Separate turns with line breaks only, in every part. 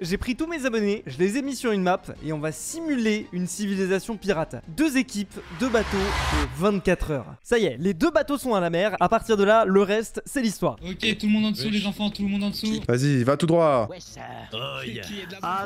J'ai pris tous mes abonnés, je les ai mis sur une map et on va simuler une civilisation pirate. Deux équipes, deux bateaux et 24 heures. Ça y est, les deux bateaux sont à la mer, à partir de là, le reste, c'est l'histoire.
Ok, tout le monde en dessous, les enfants, tout le monde en dessous.
Vas-y, va tout droit.
Ah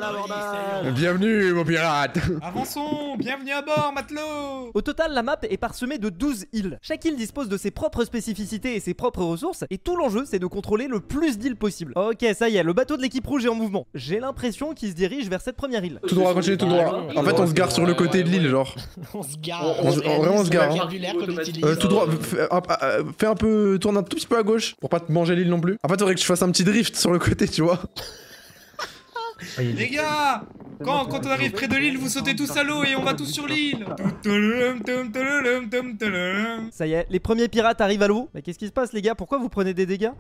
la
Bienvenue, mon pirate.
Avançons, bienvenue à bord, matelot
Au total, la map est parsemée de 12 îles. Chaque île dispose de ses propres spécificités et ses propres ressources, et tout l'enjeu c'est de contrôler le plus d'îles possible. Ok, ça y est, le bateau de l'équipe rouge est en mouvement. J'ai l'impression qu'il se dirige vers cette première île.
Tout droit, continue tout droit. En fait, on se gare sur le côté de l'île, genre.
On se gare. Eh,
On se- on- vraiment, on se gare, hein.
On du l'air comme des petits
Euh,
lits.
tout droit, fais un, euh, fais un peu, tourne un tout petit peu à gauche pour pas te manger l'île non plus. En fait, faudrait que je fasse un petit drift sur le côté, tu vois.
Les gars quand, quand on arrive près de l'île, vous sautez tous à l'eau et on va tous sur l'île Toutouloum, toum, touloulum, toum, touloulum.
Ça y est, les premiers pirates arrivent à l'eau. Mais qu'est-ce qui se passe, les gars Pourquoi vous prenez des dégâts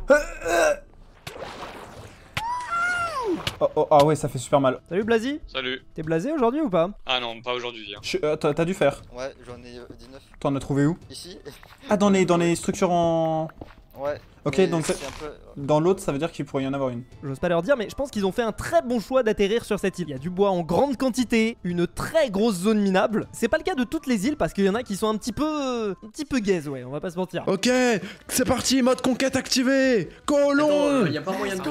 Oh, oh, ah ouais, ça fait super mal.
Salut Blasi
Salut.
T'es blasé aujourd'hui ou pas
Ah non, pas aujourd'hui. hein.
Je- euh, t'as t'as dû faire.
Ouais, j'en ai euh, 19
T'en as trouvé où
ici.
Ah, dans les, dans les structures en.
Ouais.
Ok,
mais
donc ça-
c'est un peu.
Dans l'autre, ça veut dire qu'il pourrait y en avoir une.
J'ose pas leur dire, mais je pense qu'ils ont fait un très bon choix d'atterrir sur cette île. Il y a du bois en grande quantité, une très grosse zone minable. C'est pas le cas de toutes les îles parce qu'il y en a qui sont un petit peu. un petit peu gaze, ouais, on va pas se mentir.
Ok, c'est parti, mode conquête activé. Colon.
Attends, euh, y a pas moyen de.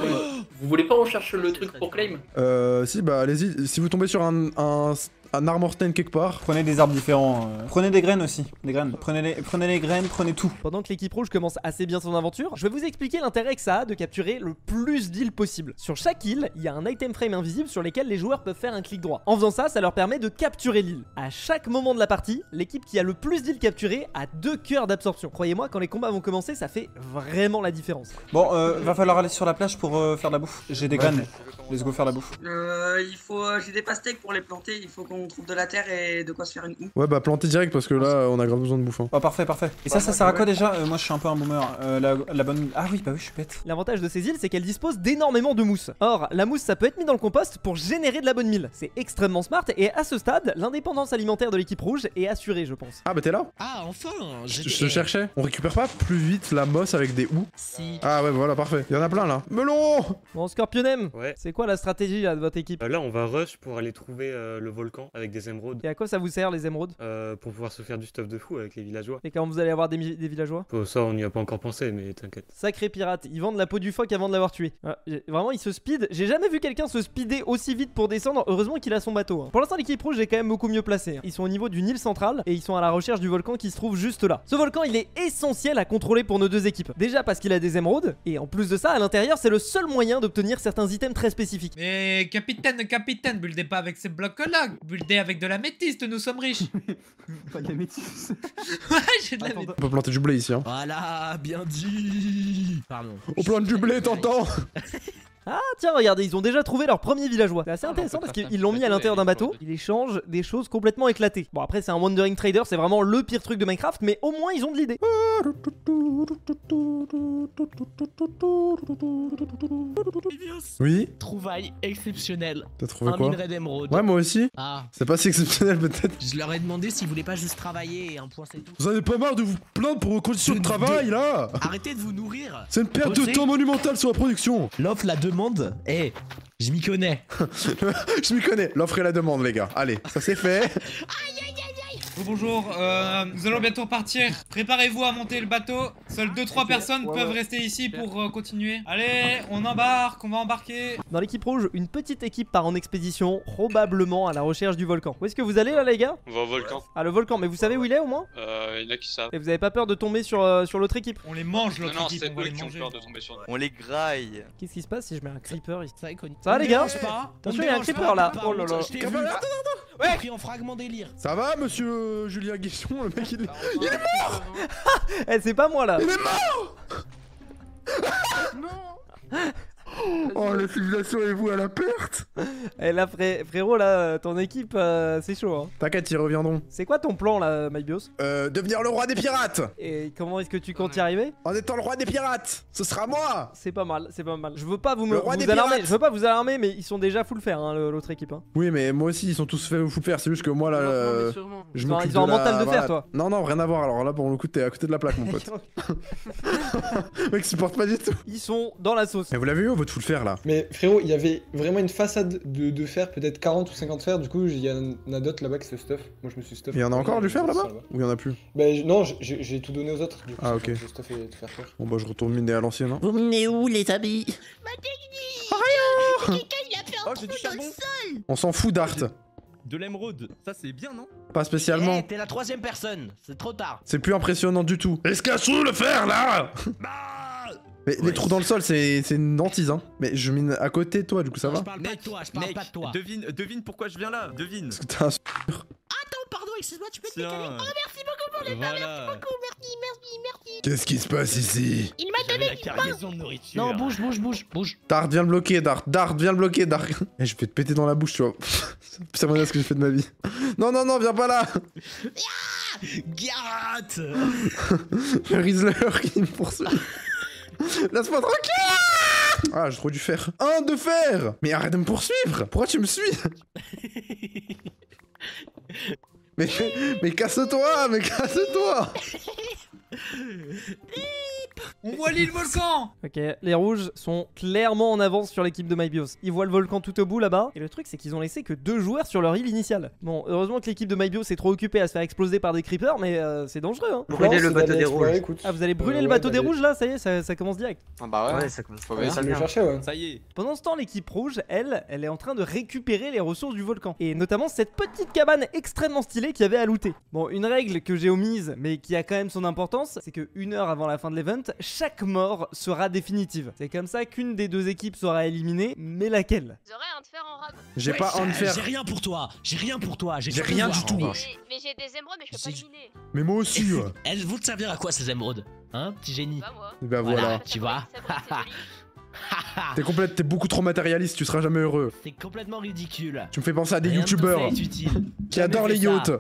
Vous voulez pas on cherche le truc pour claim
Euh, si, bah allez-y. Si vous tombez sur un, un, un armor stand quelque part,
Prenez des arbres différents. euh. Prenez des graines aussi. Des graines. Prenez les, prenez les graines, prenez tout.
Pendant que l'équipe rouge commence assez bien son aventure, je vais vous expliquer l'intérêt que ça a de capturer le plus d'îles possible. Sur chaque île, il y a un item frame invisible sur lesquels les joueurs peuvent faire un clic droit. En faisant ça, ça leur permet de capturer l'île. À chaque moment de la partie, l'équipe qui a le plus d'îles capturées a deux cœurs d'absorption. Croyez-moi, quand les combats vont commencer, ça fait vraiment la différence.
Bon, euh, va falloir aller sur la plage pour euh, faire de la bouffe. J'ai des graines. Let's go faire de la bouffe.
Euh, il faut, euh, j'ai des pastèques pour les planter. Il faut qu'on trouve de la terre et de quoi se faire une houe.
ouais, bah plantez direct parce que là, on a grave besoin de bouffe. hein.
Oh, parfait, parfait. Et ça, ça sert à quoi déjà Euh, Moi, je suis un peu un boomer. Euh, la, la bonne. Ah oui, bah oui, je suis bête.
L'avantage de ces îles, c'est qu'elles disposent d'énormément de mousse. Or, la mousse, ça peut être mis dans le compost pour générer de la bonne mille. C'est extrêmement smart et à ce stade, l'indépendance alimentaire de l'équipe rouge est assurée, je pense.
Ah bah t'es là
Ah, enfin
Je je te cherchais. On récupère pas plus vite la mosse avec des ou
Si.
Ah ouais, bah voilà, parfait. Il y en a plein là. Melon
Bon, Scorpionem,
Ouais.
c'est quoi la stratégie là, de votre équipe
Euh, Là, on va rush pour aller trouver euh, le volcan avec des émeraudes
Et à quoi ça vous sert les émeraudes
euh, pour pouvoir se faire du stuff de fou avec les villageois.
Et quand vous allez avoir des, mi- des villageois
Pour ça, on n'y a pas encore pensé, mais t'inquiète.
Sacré pirate, ils vendent la peau du phoque avant de l'avoir tué. Ah, j'ai- vraiment, il se speed. J'ai jamais vu quelqu'un se speeder aussi vite pour descendre. Heureusement qu'il a son bateau. hein. Pour l'instant, l'équipe rouge est quand même beaucoup mieux placée. hein. Ils sont au niveau d'une île centrale et ils sont à la recherche du volcan qui se trouve juste là. Ce volcan, il est essentiel à contrôler pour nos deux équipes. Déjà parce qu'il a des émeraudes et en plus de ça, à l'intérieur, c'est le seul moyen d'obtenir certains items très spécifiques.
Mais capitaine, capitaine, buildez pas avec ces blocs-là Buildez avec de la métiste, nous sommes riches Ouais, j'ai de la métiste
On peut planter du blé ici. Hein.
Voilà, bien dit Pardon.
On plante du blé, t'entends
Ah tiens, regardez, ils ont déjà trouvé leur premier villageois. C'est assez intéressant parce qu'ils l'ont mis à l'intérieur d'un bateau. Ils échangent des choses complètement éclatées. Bon après c'est un wandering trader, c'est vraiment le pire truc de Minecraft, mais au moins ils ont de l'idée.
Oui
Trouvaille exceptionnelle.
T'as trouvé
un
quoi
minerai d'émeraude.
Ouais, moi aussi.
Ah,
C'est pas si exceptionnel peut-être.
je leur ai demandé s'ils voulaient pas juste travailler et un point c'est tout.
Vous en avez pas marre de vous plaindre pour vos conditions de travail là
Arrêtez de vous nourrir
C'est une perte de
Bosser.
temps monumentale sur la production
L'offre, la demande, eh, je m'y connais.
Je m'y connais, l'offre et la demande les gars. Allez, ça c'est fait.
Oh, Bonjour, euh, nous allons bientôt partir. Préparez-vous à monter le bateau. Seules 2-3 personnes peuvent rester ici pour euh, continuer. Allez, on embarque, on va embarquer.
Dans l'équipe rouge, une petite équipe part en expédition, probablement à la recherche du volcan. Où est-ce que vous allez là les gars
On va au volcan.
Ah le volcan, mais vous savez où il est au moins
Euh, il y en a qui savent.
Et vous avez pas peur de tomber sur, euh, sur l'autre équipe
On les mange,
Non,
l'autre
non,
équipe,
c'est
on va
eux
les
qui ont
manger.
peur de tomber sur nous.
On les graille.
Qu'est-ce qui se passe si je mets un creeper ici
Ça, déconne.
Ça va Ah, les gars
Je sais pas.
Attention, il y a un creeper là Oh là là
Je t'ai vu.
Attends, attends,
Ouais. Pris en fragment délire.
Ça va monsieur euh, Julien Guichon, le mec il
Ah,
est...
Eh c'est pas moi là
Oh la civilisation et vous à la perte
Eh là fré- frérot là, ton équipe euh, c'est chaud hein.
T'inquiète, ils reviendront.
C'est quoi ton plan là Mybios
Euh, devenir le roi des pirates
Et comment est-ce que tu comptes y arriver
En étant le roi des pirates Ce sera moi
C'est pas mal, c'est pas mal. Je veux pas vous, me-
Le roi
vous
des
alarmer,
pirates.
je veux pas vous alarmer, mais ils sont déjà full faire, hein, le- l'autre équipe. hein.
Oui, mais moi aussi, ils sont tous faits au fou de fer, c'est juste que moi là. euh, je
Ils ont-
m'occupe
ils ont
de
un
la-
mental de fer,
voilà.
toi.
Non, non, rien à voir. Alors là, pour le coup, t'es à côté de la plaque, mon pote. Mec, supporte pas du tout.
Ils sont dans la sauce.
Mais vous l'avez eu, votre tout le fer là.
Mais frérot, il y avait vraiment une façade de, de fer, peut-être 40 ou 50 fer, du coup il y en a d'autres là-bas qui se stuff. Moi je me suis stuff.
Il y en a
euh,
encore du fer
Je me suis
là-bas Ou il y en a plus
Bah je- non, j'ai- j'ai j'ai tout donné aux autres, du coup
Ah, ok.
je me suis stuff et tout faire faire.
Bon bah je retourne miner à l'ancienne. hein.
Vous menez où les amis
Oh, j'ai du charbon
On s'en fout d'Art.
De l'émeraude, ça c'est bien, non
Pas spécialement.
Eh, T'es la troisième personne, c'est trop tard.
C'est plus impressionnant du tout. Est-ce qu'il y a sous le fer là Bah Mais les
Ouais.
trous dans le sol, c'est c'est une hantise, hein. Mais je mine à côté de toi, du coup ça va
Je parle pas de toi, je parle
Mec,
pas de toi.
Devine, devine pourquoi je viens là, devine.
Parce que t'as un s-
Oh, pardon, excuse-moi, tu peux te décaler
Tiens. Oh, merci beaucoup pour les voilà.
Qu'est-ce qui se passe ici
Il m'a donné la cargaison de nourriture.
Non, bouge, bouge, bouge, bouge.
Dart, viens le bloquer, Dart. Dart, viens le bloquer, Dart. Et Eh, je vais te péter dans la bouche, tu vois. C'est vraiment ce que j'ai fait de ma vie. Non, non, non, viens pas là
Garate
Le Rizzler qui me poursuit. Laisse-moi tranquille Ah, j'ai trop du fer. Un de fer Mais arrête de me poursuivre Pourquoi tu me suis Mais, mais casse-toi Mais casse-toi
On voit l'île volcan
Ok, les rouges sont clairement en avance sur l'équipe de MyBios. Ils voient le volcan tout au bout là-bas, et le truc c'est qu'ils ont laissé que deux joueurs sur leur île initiale. Bon, heureusement que l'équipe de MyBios est trop occupée à se faire exploser par des creepers, mais euh, c'est dangereux hein.
Brûler
le bateau des rouges.
Écoute.
Ah, vous allez brûler
Euh,
le
ouais,
bateau des
d'aller-
rouges là, ça y est, ça, ça commence direct.
Ah bah ouais,
ça commence.
faut
Ouais,
bien.
ça me le cherchait, ouais.
Ça y est.
Pendant ce temps, l'équipe rouge, elle, elle est en train de récupérer les ressources du volcan. Et notamment cette petite cabane extrêmement stylée qu'il y avait à looter. Bon, une règle que j'ai omise, mais qui a quand même son importance, c'est que une heure avant la fin de l'event, chaque mort sera définitive. C'est comme ça qu'une des deux équipes sera éliminée, mais laquelle
J'aurais un de fer en robe.
J'ai
Ouais,
pas
j'ai-
un de fer.
J'ai rien pour toi, j'ai rien pour toi, Ah, j'ai
J'ai
pas de
rien
voir,
du tout.
hein.
Mais, mais j'ai des émeraudes, mais je peux pas
C'est-
les miner.
Mais moi aussi ouais.
Elles vont te servir à quoi ces émeraudes Hein, petit génie
Bah, moi.
Bah
Voilà.
voilà.
Ça brille,
tu vois.
ça brille, c'est joli.
T'es complète, t'es beaucoup trop matérialiste, tu seras jamais heureux.
C'est complètement ridicule.
Tu me fais penser à des
Rien de tout
youtubeurs
ça est utile.
qui
Jamais
adorent
fait
les
ça.
yachts.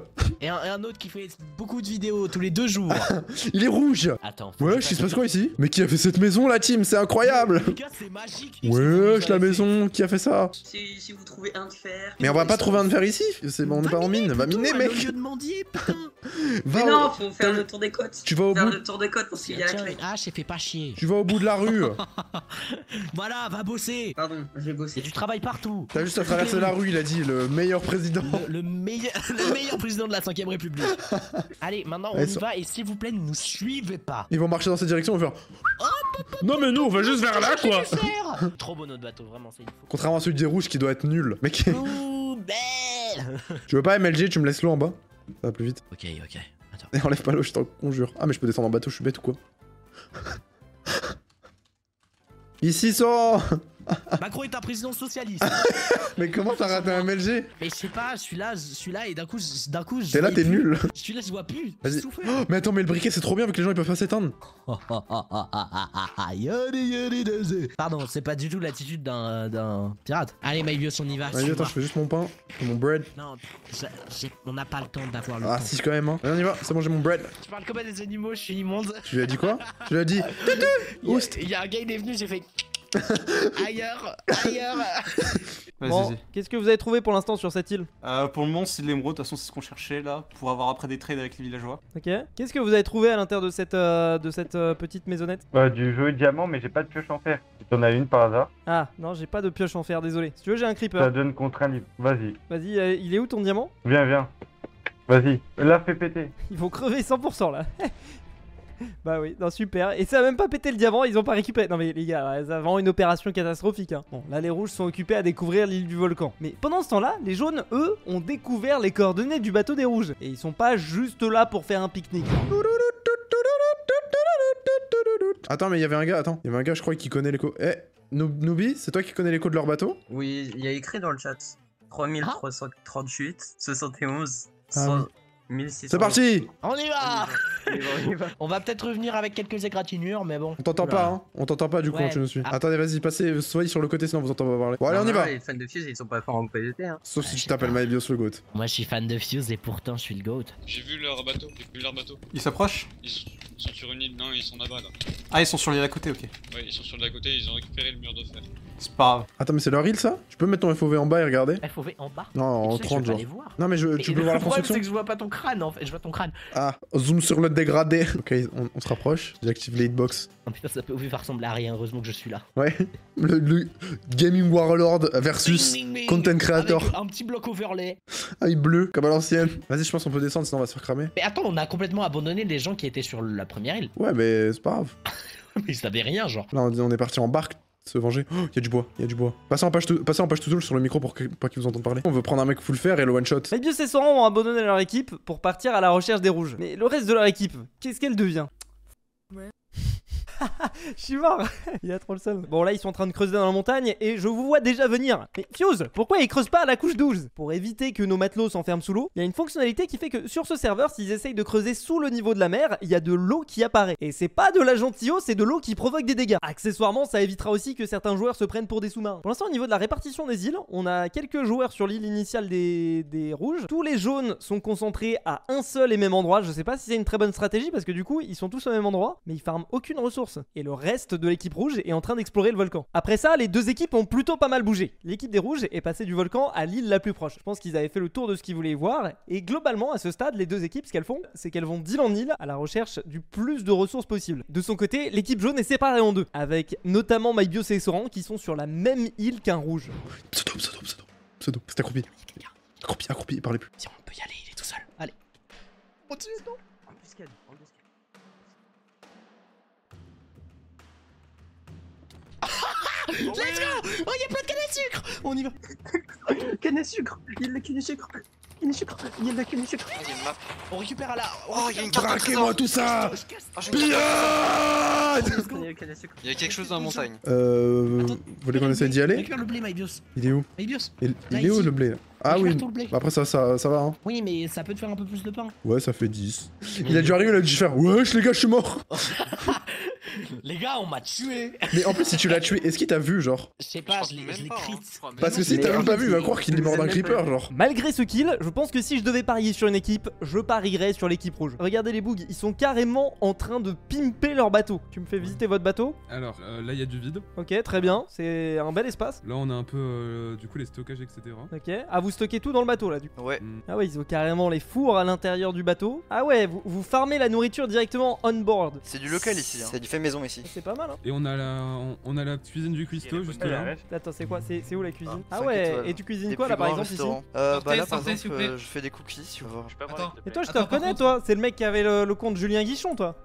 Et un, et un autre qui fait beaucoup de vidéos tous les deux jours.
Il est rouge
Attends. faut que
Ouais,
je
je sais
fasse-
pas quoi ici Mais qui a fait cette maison la team C'est incroyable
Les gars, c'est magique.
Ouais, la maison, qui a fait ça
Si, si vous trouvez un de fer.
Mais on va pas trouver un de fer ici C'est bon, on est
Va
pas en mine, va miner Eh, mec
Au hein, lieu de mendier, putain.
Va
Mais
au-
non, faut faire
t'as-
le tour des côtes.
Tu vas au
Faire
bout
le tour des côtes parce qu'il y a la
Tiens,
clé.
Ah, j'ai fait pas chier.
Tu vas au bout de la rue.
Voilà, va bosser.
Pardon, je vais
Il y a
bosser.
du travail partout.
T'as juste à traverser la rue, il a dit, le meilleur président.
Le, le meilleur, le meilleur président de la 5ème République. Allez, maintenant on
Elles
y
sont-
va et s'il vous plaît, ne nous suivez pas. Oh,
Ils vont marcher dans cette direction, ils vont faire. Non mais nous, on va juste vers là quoi
Trop beau notre bateau, vraiment, c'est une fou.
Contrairement à celui des rouges qui doit être nul. Mec,
Ouh, belle
tu veux pas MLG, tu me laisses l'eau en bas Ça va plus vite.
Ok, ok.
Et enlève pas l'eau, je t'en conjure. Ah mais je peux descendre en bateau, je suis bête ou quoi Ici sont
Macron est un président socialiste.
Mais comment t'as raté un MLG
Mais je sais pas, je suis là, je suis là et d'un coup, je- d'un coup, je.
T'es là,
voyais
t'es
plus.
nul.
Je suis là, je vois plus.
Vas-y.
J'ai tout fait.
Mais attends, mais le briquet c'est trop bien vu que les gens ils peuvent pas s'éteindre.
Yodi, yodi, daisy. Pardon, c'est pas du tout l'attitude d'un d'un pirate. Allez, Mybios, on y va.
Vas-y,
sur
attends,
moi.
je fais juste mon pain, mon bread.
Non, ça- j'ai- on n'a pas le temps d'avoir le
Ah
temps.
si quand même hein. Allez, on y va, c'est bon j'ai mon bread.
Tu parles comme à des animaux, je suis immonde.
Tu lui as dit quoi Tu lui as dit
Il y a-
Oust.
Il y a un gars, il est venu, j'ai fait. ailleurs, ailleurs.
Vas-y,
Bon,
vas-y.
qu'est-ce que vous avez trouvé pour l'instant sur cette île
Euh, pour le moment, c'est de l'émeraude, de toute façon, c'est ce qu'on cherchait là, pour avoir après des trades avec les villageois.
Ok. Qu'est-ce que vous avez trouvé à l'intérieur de cette, euh, de cette euh, petite maisonnette
Bah, du jeu diamant, mais j'ai pas de pioche en fer. Si t'en as une par hasard,
Ah, non, j'ai pas de pioche en fer, désolé. Si tu veux, j'ai un
ça
creeper.
donne contre un livre. Vas-y,
Vas-y, euh, il est où ton diamant
viens, viens. Vas-y, la fais péter.
Ils vont crever 100% là. bah oui, non, super. Et ça a même pas pété le diamant, ils ont pas récupéré. Non mais les gars, là, c'est vraiment une opération catastrophique. hein. Bon, là les rouges sont occupés à découvrir l'île du volcan. Mais pendant ce temps-là, les jaunes, eux, ont découvert les coordonnées du bateau des rouges. Et ils sont pas juste là pour faire un pique-nique.
Attends, mais il y avait un gars, attends, il y avait un gars, je crois, qui connaît l'écho. Eh, Noob- Nooby, c'est toi qui connais l'écho de leur bateau
Oui, il y a écrit dans le chat 3338, 71,
Ah
1600.
C'est parti
On y va.
On y va, on y va.
On va peut-être revenir avec quelques égratignures, mais bon.
On t'entend
Oula.
pas, hein On t'entend pas du coup,
Ouais.
quand tu nous suis.
Ah.
Attendez, vas-y, passez, soyez sur le côté, sinon on vous entend pas parler. Bon, allez, on y va
Ah Les fans de Fuse, ils sont pas forts en PVP. Hein.
Sauf
Ouais,
si tu
je sais
t'appelles
pas.
MyBios le goat.
Moi, je suis fan de Fuse et pourtant, je suis le goat.
J'ai vu leur bateau, j'ai vu leur bateau.
Ils s'approchent
Ils sont sur une île, non, ils sont là-bas là.
Ah, ils sont sur les à côté, ok.
Ouais, ils sont sur la côté, ils ont récupéré le mur de fer.
C'est pas grave.
Attends, mais c'est leur île ça Tu peux mettre ton FOV en bas et regarder
Il faut faire en bas.
Non,
Et
en
tu sais que je
30
peux pas
genre.
les voir.
Non, mais je,
Mais
tu
le
peux voir la
problème,
construction
c'est que je vois pas ton crâne en fait, je vois ton crâne.
Ah, zoom sur le dégradé. Ok, on, on se rapproche. J'active les hitbox.
Oh putain, ça peut oui, ça ressemble à rien. Heureusement que je suis là.
Ouais. Le, le Gaming Warlord versus
Ding, ding, ding.
Content
Avec
Creator.
Un petit bloc overlay.
Ah, il bleu, comme à l'ancienne. Vas-y, je pense qu'on peut descendre, sinon on va se faire cramer.
Mais attends, on a complètement abandonné les gens qui étaient sur la première île.
Ouais, mais c'est pas grave.
Mais ils savaient rien, genre.
Là, on, on est parti en barque se venger. Oh, y a du bois, y a du bois. Passez en page, tout- passez en page tout sur le micro pour que, pas qu'il vous entende parler. On veut prendre un mec full fer et le one shot.
Les Bios et Sauron ont abandonné leur équipe pour partir à la recherche des rouges. Mais le reste de leur équipe, qu'est-ce qu'elle devient Je suis mort Il a trop le seum. Bon là ils sont en train de creuser dans la montagne et je vous vois déjà venir. Mais Fuse, pourquoi ils creusent pas à la couche 12 Pour éviter que nos matelots s'enferment sous l'eau, il y a une fonctionnalité qui fait que sur ce serveur, s'ils essayent de creuser sous le niveau de la mer, il y a de l'eau qui apparaît. Et c'est pas de la gentille eau, c'est de l'eau qui provoque des dégâts. Accessoirement, ça évitera aussi que certains joueurs se prennent pour des sous-marins. Pour l'instant au niveau de la répartition des îles, on a quelques joueurs sur l'île initiale des... des rouges. Tous les jaunes sont concentrés à un seul et même endroit. Je sais pas si c'est une très bonne stratégie parce que du coup ils sont tous au même endroit, mais ils farment aucune ressource. Et le reste de l'équipe rouge est en train d'explorer le volcan. Après ça, les deux équipes ont plutôt pas mal bougé. L'équipe des rouges est passée du volcan à l'île la plus proche. Je pense qu'ils avaient fait le tour de ce qu'ils voulaient voir. Et globalement, à ce stade, les deux équipes, ce qu'elles font, c'est qu'elles vont d'île en île à la recherche du plus de ressources possible. De son côté, l'équipe jaune est séparée en deux, avec notamment Mybios et Soran qui sont sur la même île qu'un rouge.
Pseudo, pseudo, pseudo, pseudo. C'est accroupi. Accroupi, accroupi, il parlait plus.
Si on peut y aller, il est tout seul. Allez. Continue, non Let's go Oh, y'a plein de canne à sucre On y va
Canne à sucre Il a canne à sucre Canne à sucre Il a canne à sucre
On récupère à la...
Oh, y'a une carte Braquez-moi tout ça
Il y a quelque chose dans la montagne.
Euh. Vous voulez qu'on essaye d'y aller
Récupère le blé, Mybios.
Il est où
Mybios
il, il
Là,
est où
ici.
le blé là Ah
Récupère
oui.
tout le blé.
Bah Après ça, ça, ça va, hein.
Oui, mais ça peut te faire un peu plus de pain.
Ouais, ça fait 10. Il a dû arriver, il a dû faire Wesh, les gars, je suis mort
Les gars, on m'a tué
Mais en plus, si tu l'as tué, est-ce qu'il t'a vu, genre
Je sais pas, je l'ai je l'ai crit.
Parce que si t'as même pas hein. vu, il va croire qu'il est mort d'un creeper, genre.
Malgré ce kill, je pense que si je devais parier sur une équipe, je parierais sur l'équipe rouge. Regardez les bougs, ils sont carrément en train de pimper leur bateau. Tu me fais visiter votre bateau
Alors euh, là, il y a du vide.
Ok, très bien, c'est un bel espace.
Là, on a un peu euh, du coup les stockages, etc.
Ok, ah vous stockez tout dans le bateau là du coup.
Ouais.
Mm.
Ah ouais, ils ont carrément les fours à l'intérieur du bateau. Ah ouais, vous, vous farmez la nourriture directement on board.
C'est du local ici. hein. C'est du fait maison ici.
C'est pas mal hein.
Et on a la, on, on a la cuisine du cuistot juste
bonne
là.
vache.
Attends, c'est quoi C'est c'est où la cuisine Ah,
Cinq
ouais,
étoiles.
et tu cuisines
Des
quoi
plus
là par
grands
exemple ici
restaurants. euh, Bah là
Sortez,
par
sortez, s'il
exemple,
vous plaît.
euh, je fais des cookies si vous voulez.
Et toi, je te reconnais, toi C'est le mec qui avait le, le compte Julien Guichon, toi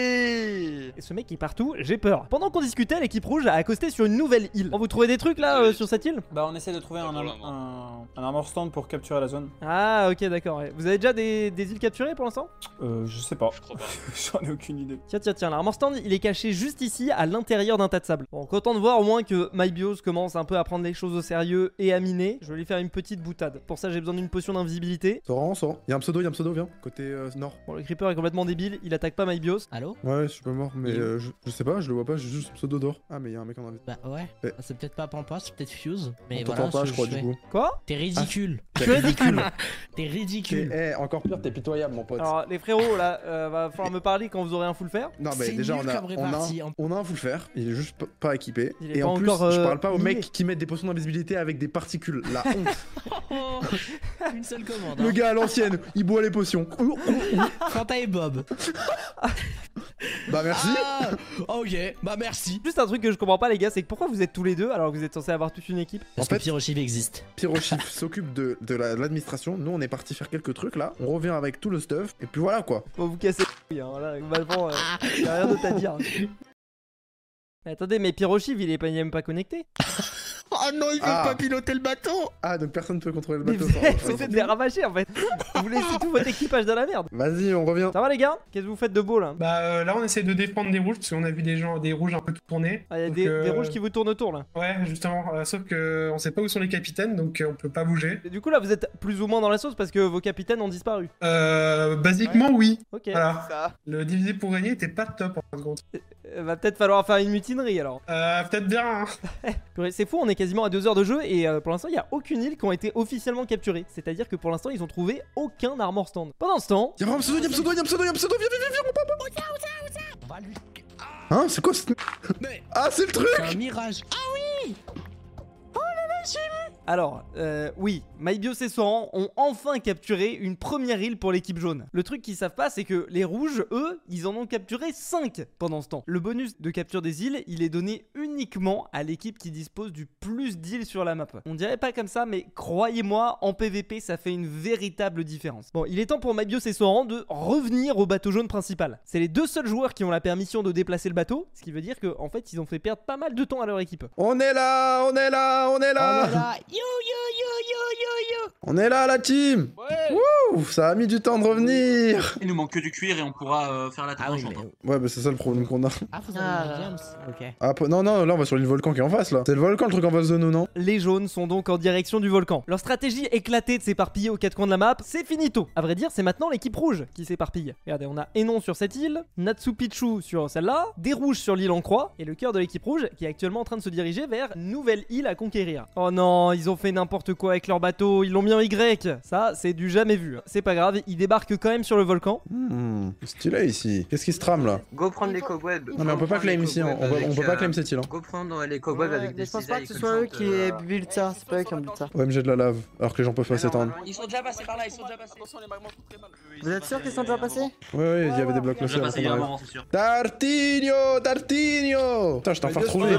Oui
Et ce mec est partout, j'ai peur. Pendant qu'on discutait, l'équipe rouge a accosté sur une nouvelle île. Oh, vous trouvez des trucs là euh, sur cette île
Bah, on essaie de trouver un, un, un armor stand pour capturer la zone.
Ah, ok, d'accord. ouais. Vous avez déjà des, des îles capturées pour l'instant
Euh, je sais pas. J'en ai aucune idée.
Tiens, tiens, tiens, l'armor stand, il est caché juste ici, à l'intérieur d'un tas de sable. Bon, content de voir au moins que MyBios commence un peu à prendre les choses au sérieux et à miner. Je vais lui faire une petite boutade. Pour ça, j'ai besoin d'une potion d'invisibilité.
Soran, Soran. Y'a un pseudo, y'a un pseudo, viens. Côté euh, nord.
Bon, le creeper est complètement débile, il attaque pas MyBios.
Allô
Ouais, je suis pas mort, mais
Il est où
euh, je, je sais pas, je le vois pas, j'ai juste le pseudo d'or. Ah, mais y'a un mec en invite.
Bah ouais,
Ouais.
c'est peut-être pas Pampa, c'est peut-être Fuse, mais
On
voilà.
t'entend pas,
ce
je
que
crois, du
fais.
coup.
Quoi
T'es ridicule.
Ah, t'es ridicule.
T'es
T'es-
ridicule.
Eh, encore pire, t'es pitoyable, mon pote.
Alors, les frérots, là, euh, va falloir me parler quand vous aurez un full fer.
Non, mais
C'est
déjà,
nul
on a,
comme
on, a,
répartie, hein.
on a un full fer, il est juste p- pas équipé.
Il est
Et
pas
en plus,
encore,
je
euh,
parle pas aux
miné.
mecs qui mettent des potions d'invisibilité avec des particules. La honte.
Une seule commande. hein.
Le gars à l'ancienne, il boit les potions.
Fanta et Bob.
bah, merci.
Ah, ok, bah merci.
Juste un truc que je comprends pas, les gars, c'est que pourquoi vous êtes tous les deux alors que vous êtes censés avoir toute une équipe
Parce que Pyrochive existe.
Pyrochif s'occupe de, de la- de l'administration. Nous, on est parti faire quelques trucs là. On revient avec tout le stuff. Et puis voilà quoi.
Bon, vous cassez les couilles, hein, là, globalement, euh, y a rien d'autre à dire. hein. Mais attendez, mais Pyrochive, il est pas, il est même pas connecté.
Oh non, il veut
Ah.
pas piloter le bateau
Ah, donc personne peut contrôler le
Mais
bateau.
vous êtes, vous êtes des ravagés en fait. Vous laissez tout votre équipage dans la merde.
Vas-y, on revient.
Ça va les gars Qu'est-ce que vous faites de beau là
Bah euh, là on essaie de défendre des rouges parce qu'on a vu des gens, des rouges un peu tout tournés.
Ah, y a des, des rouges qui vous tournent autour là.
Ouais justement, euh, sauf que on sait pas où sont les capitaines donc euh, on peut pas bouger.
Et du coup là, vous êtes plus ou moins dans la sauce parce que vos capitaines ont disparu.
Euh, basiquement oui.
Ok.
Voilà. Le divisé pour régner était pas top en fin de compte.
Euh, Va peut-être falloir faire une mutinerie alors.
Euh, peut-être bien. hein.
Purée, C'est fou, on est quasiment à deux heures de jeu et euh, pour l'instant, il n'y a aucune île qui ont été officiellement capturée. C'est-à-dire que pour l'instant, ils ont trouvé aucun armor stand. Pendant ce temps,
Y'a un pseudo, y'a un pseudo, y'a un pseudo, y'a un pseudo. Viens, viens, viens, viens, mon papa.
On va lui-
Hein, c'est quoi ce.
Mais-
Ah, c'est le truc
C'est un mirage. Ah oui Oh là là, j'ai vu
Alors, euh, oui, MyBios et Soran ont enfin capturé une première île pour l'équipe jaune. Le truc qu'ils savent pas, c'est que les rouges, eux, ils en ont capturé 5 pendant ce temps. Le bonus de capture des îles, il est donné uniquement à l'équipe qui dispose du plus d'îles sur la map. On dirait pas comme ça, mais croyez-moi, en PvP, ça fait une véritable différence. Bon, il est temps pour Mabios et Soran de revenir au bateau jaune principal. C'est les deux seuls joueurs qui ont la permission de déplacer le bateau, ce qui veut dire que en fait, ils ont fait perdre pas mal de temps à leur équipe.
On est là, on est là, on est là. On est là, la team. Wouh, ça a mis du temps de revenir.
Il nous manque que du cuir et on pourra euh, faire la tangente. hein.
Ouais, bah c'est ça le problème qu'on a.
Ah, vous avez les James Ok.
Ah, po- non, non, là on va sur l'île volcan qui est en face là. C'est le volcan le truc en face de nous, non
Les jaunes sont donc en direction du volcan. Leur stratégie éclatée de s'éparpiller aux quatre coins de la map, c'est finito. À vrai dire, c'est maintenant l'équipe rouge qui s'éparpille. Regardez, on a Enon sur cette île, Natsu Pichu sur celle-là, des rouges sur l'île en croix, et le cœur de l'équipe rouge qui est actuellement en train de se diriger vers nouvelle île à conquérir. Oh non, ils ont fait n'importe quoi avec leur bateau, ils l'ont mis en Y. Ça, c'est du jamais vu. hein. C'est pas grave, ils débarquent quand même sur le volcan.
Hmm, stylé ici. Qu'est-ce qui se trame là
Go prendre les cobwebs.
Non, Ah, mais bah, on peut pas claim ici, on, on peut- on peut pas claim cette île. hein.
Go prendre les cobwebs avec des
mais je pense pas que
cisailles comme
ce soit
ça,
eux
on
qui
peut-
aient build ça, c'est pas eux qui ont build ça.
OMG de la lave, alors que les gens peuvent pas s'étendre.
Ils sont déjà passés par là, ils sont déjà passés.
Vous êtes sûr qu'ils sont déjà passés
Ouais, ouais, il y avait des blocs hein,
On l'a
lancés.
passé il y a un moment, c'est sûr.
Tartinio, Tartinio Putain, je t'en fais retrouver.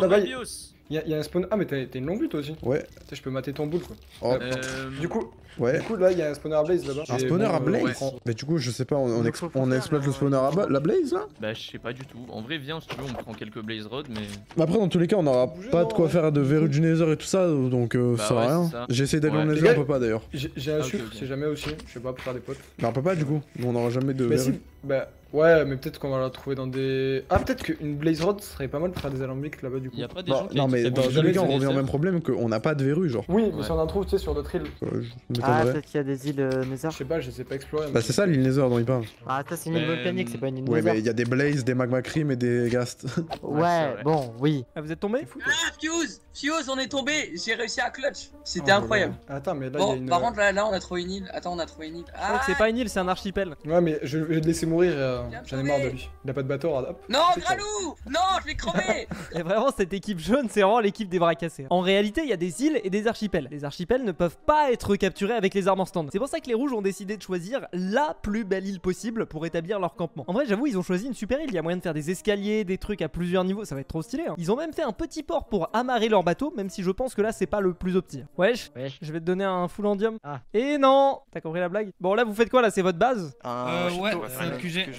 Y'a y a un spawn. Ah, mais t'as t'as une longue vue toi aussi.
Ouais.
Putain, Je peux mater ton boule quoi. Euh,
Oh.
Euh,
Du coup,
Ouais.
du coup là, y'a un spawner à blaze là-bas.
Un
Et
spawner
bon,
à
euh,
Blaze
on-
Mais du coup, je sais pas, on, on ex- on exploite le spawner à ba- la Blaze là
Bah je sais pas du tout. En vrai viens si tu veux on prend quelques Blaze Rod mais...
Mais après, dans tous les cas, on aura pas de quoi faire de verrue du Nether et tout ça, donc euh,
Bah
ça sert à
ouais,
rien.
c'est ça.
J'ai essayé d'aller
Ouais.
au
Les
Nether,
gars,
on peut pas d'ailleurs.
J'ai j'ai un
Ah, ok,
sucre,
ok.
si jamais aussi. Je sais pas, pour faire des potes.
Mais on peut pas du coup, Nous, on aura jamais de
Mais si,
verrue.
bah ouais, mais peut-être qu'on va la trouver dans des. Ah, peut-être qu'une blaze rod serait pas mal pour faire des alambics là-bas du coup.
Y'a pas
Bah, non, mais dans tous les cas, on revient au même problème qu'on n'a pas de verrue, genre.
Oui, mais si on en trouve, tu sais, sur d'autres îles.
Euh, je
Ah,
m'étonnerais.
peut-être qu'il y a des îles euh, Nether. Je
sais pas, je sais pas explorer.
Bah, c'est ça l'île Nether dont il parle.
Ah, ça c'est une île
Euh,
volcanique, c'est pas une île
Ouais,
Nether.
mais il y a des Blaze, des Magma Cream et des Ghast.
Ouais, bon, oui.
Ah, vous êtes tombé
Ah, Fuse Fuse, on est tombé J'ai réussi à clutch C'était
Oh,
incroyable.
ouais. Attends, mais là, il y
Bon,
a une.
euh,
par contre, là, là, on a trouvé une île. Attends, on a trouvé une île.
Je crois
Ah
que c'est pas une île, c'est un archipel.
Ouais, mais je vais le laisser mourir, euh,
Viens me
j'en ai marre de
sauver.
lui. Il a pas de bateau, hop.
Non, Gralou Non, je l'ai crevé
Et vraiment, cette équipe jaune, c'est vraiment l'équipe des bras cassés. hein. En réalité, il y a des îles et des archipels. Les archipels ne peuvent pas être capturés avec les armes en stand. C'est pour ça que les rouges ont décidé de choisir la plus belle île possible pour établir leur campement. En vrai, j'avoue, ils ont choisi une super île. Il y a moyen de faire des escaliers, des trucs à plusieurs niveaux. Ça va être trop stylé. hein. Ils ont même fait un petit port pour amarrer leur bateau, même si je pense que là, c'est pas le plus optique. Wesh, je vais te donner un full endium. Et non T'as compris la blague Bon, là, vous faites quoi là C'est votre base
Ah,
Euh, ouais, c'est notre QG.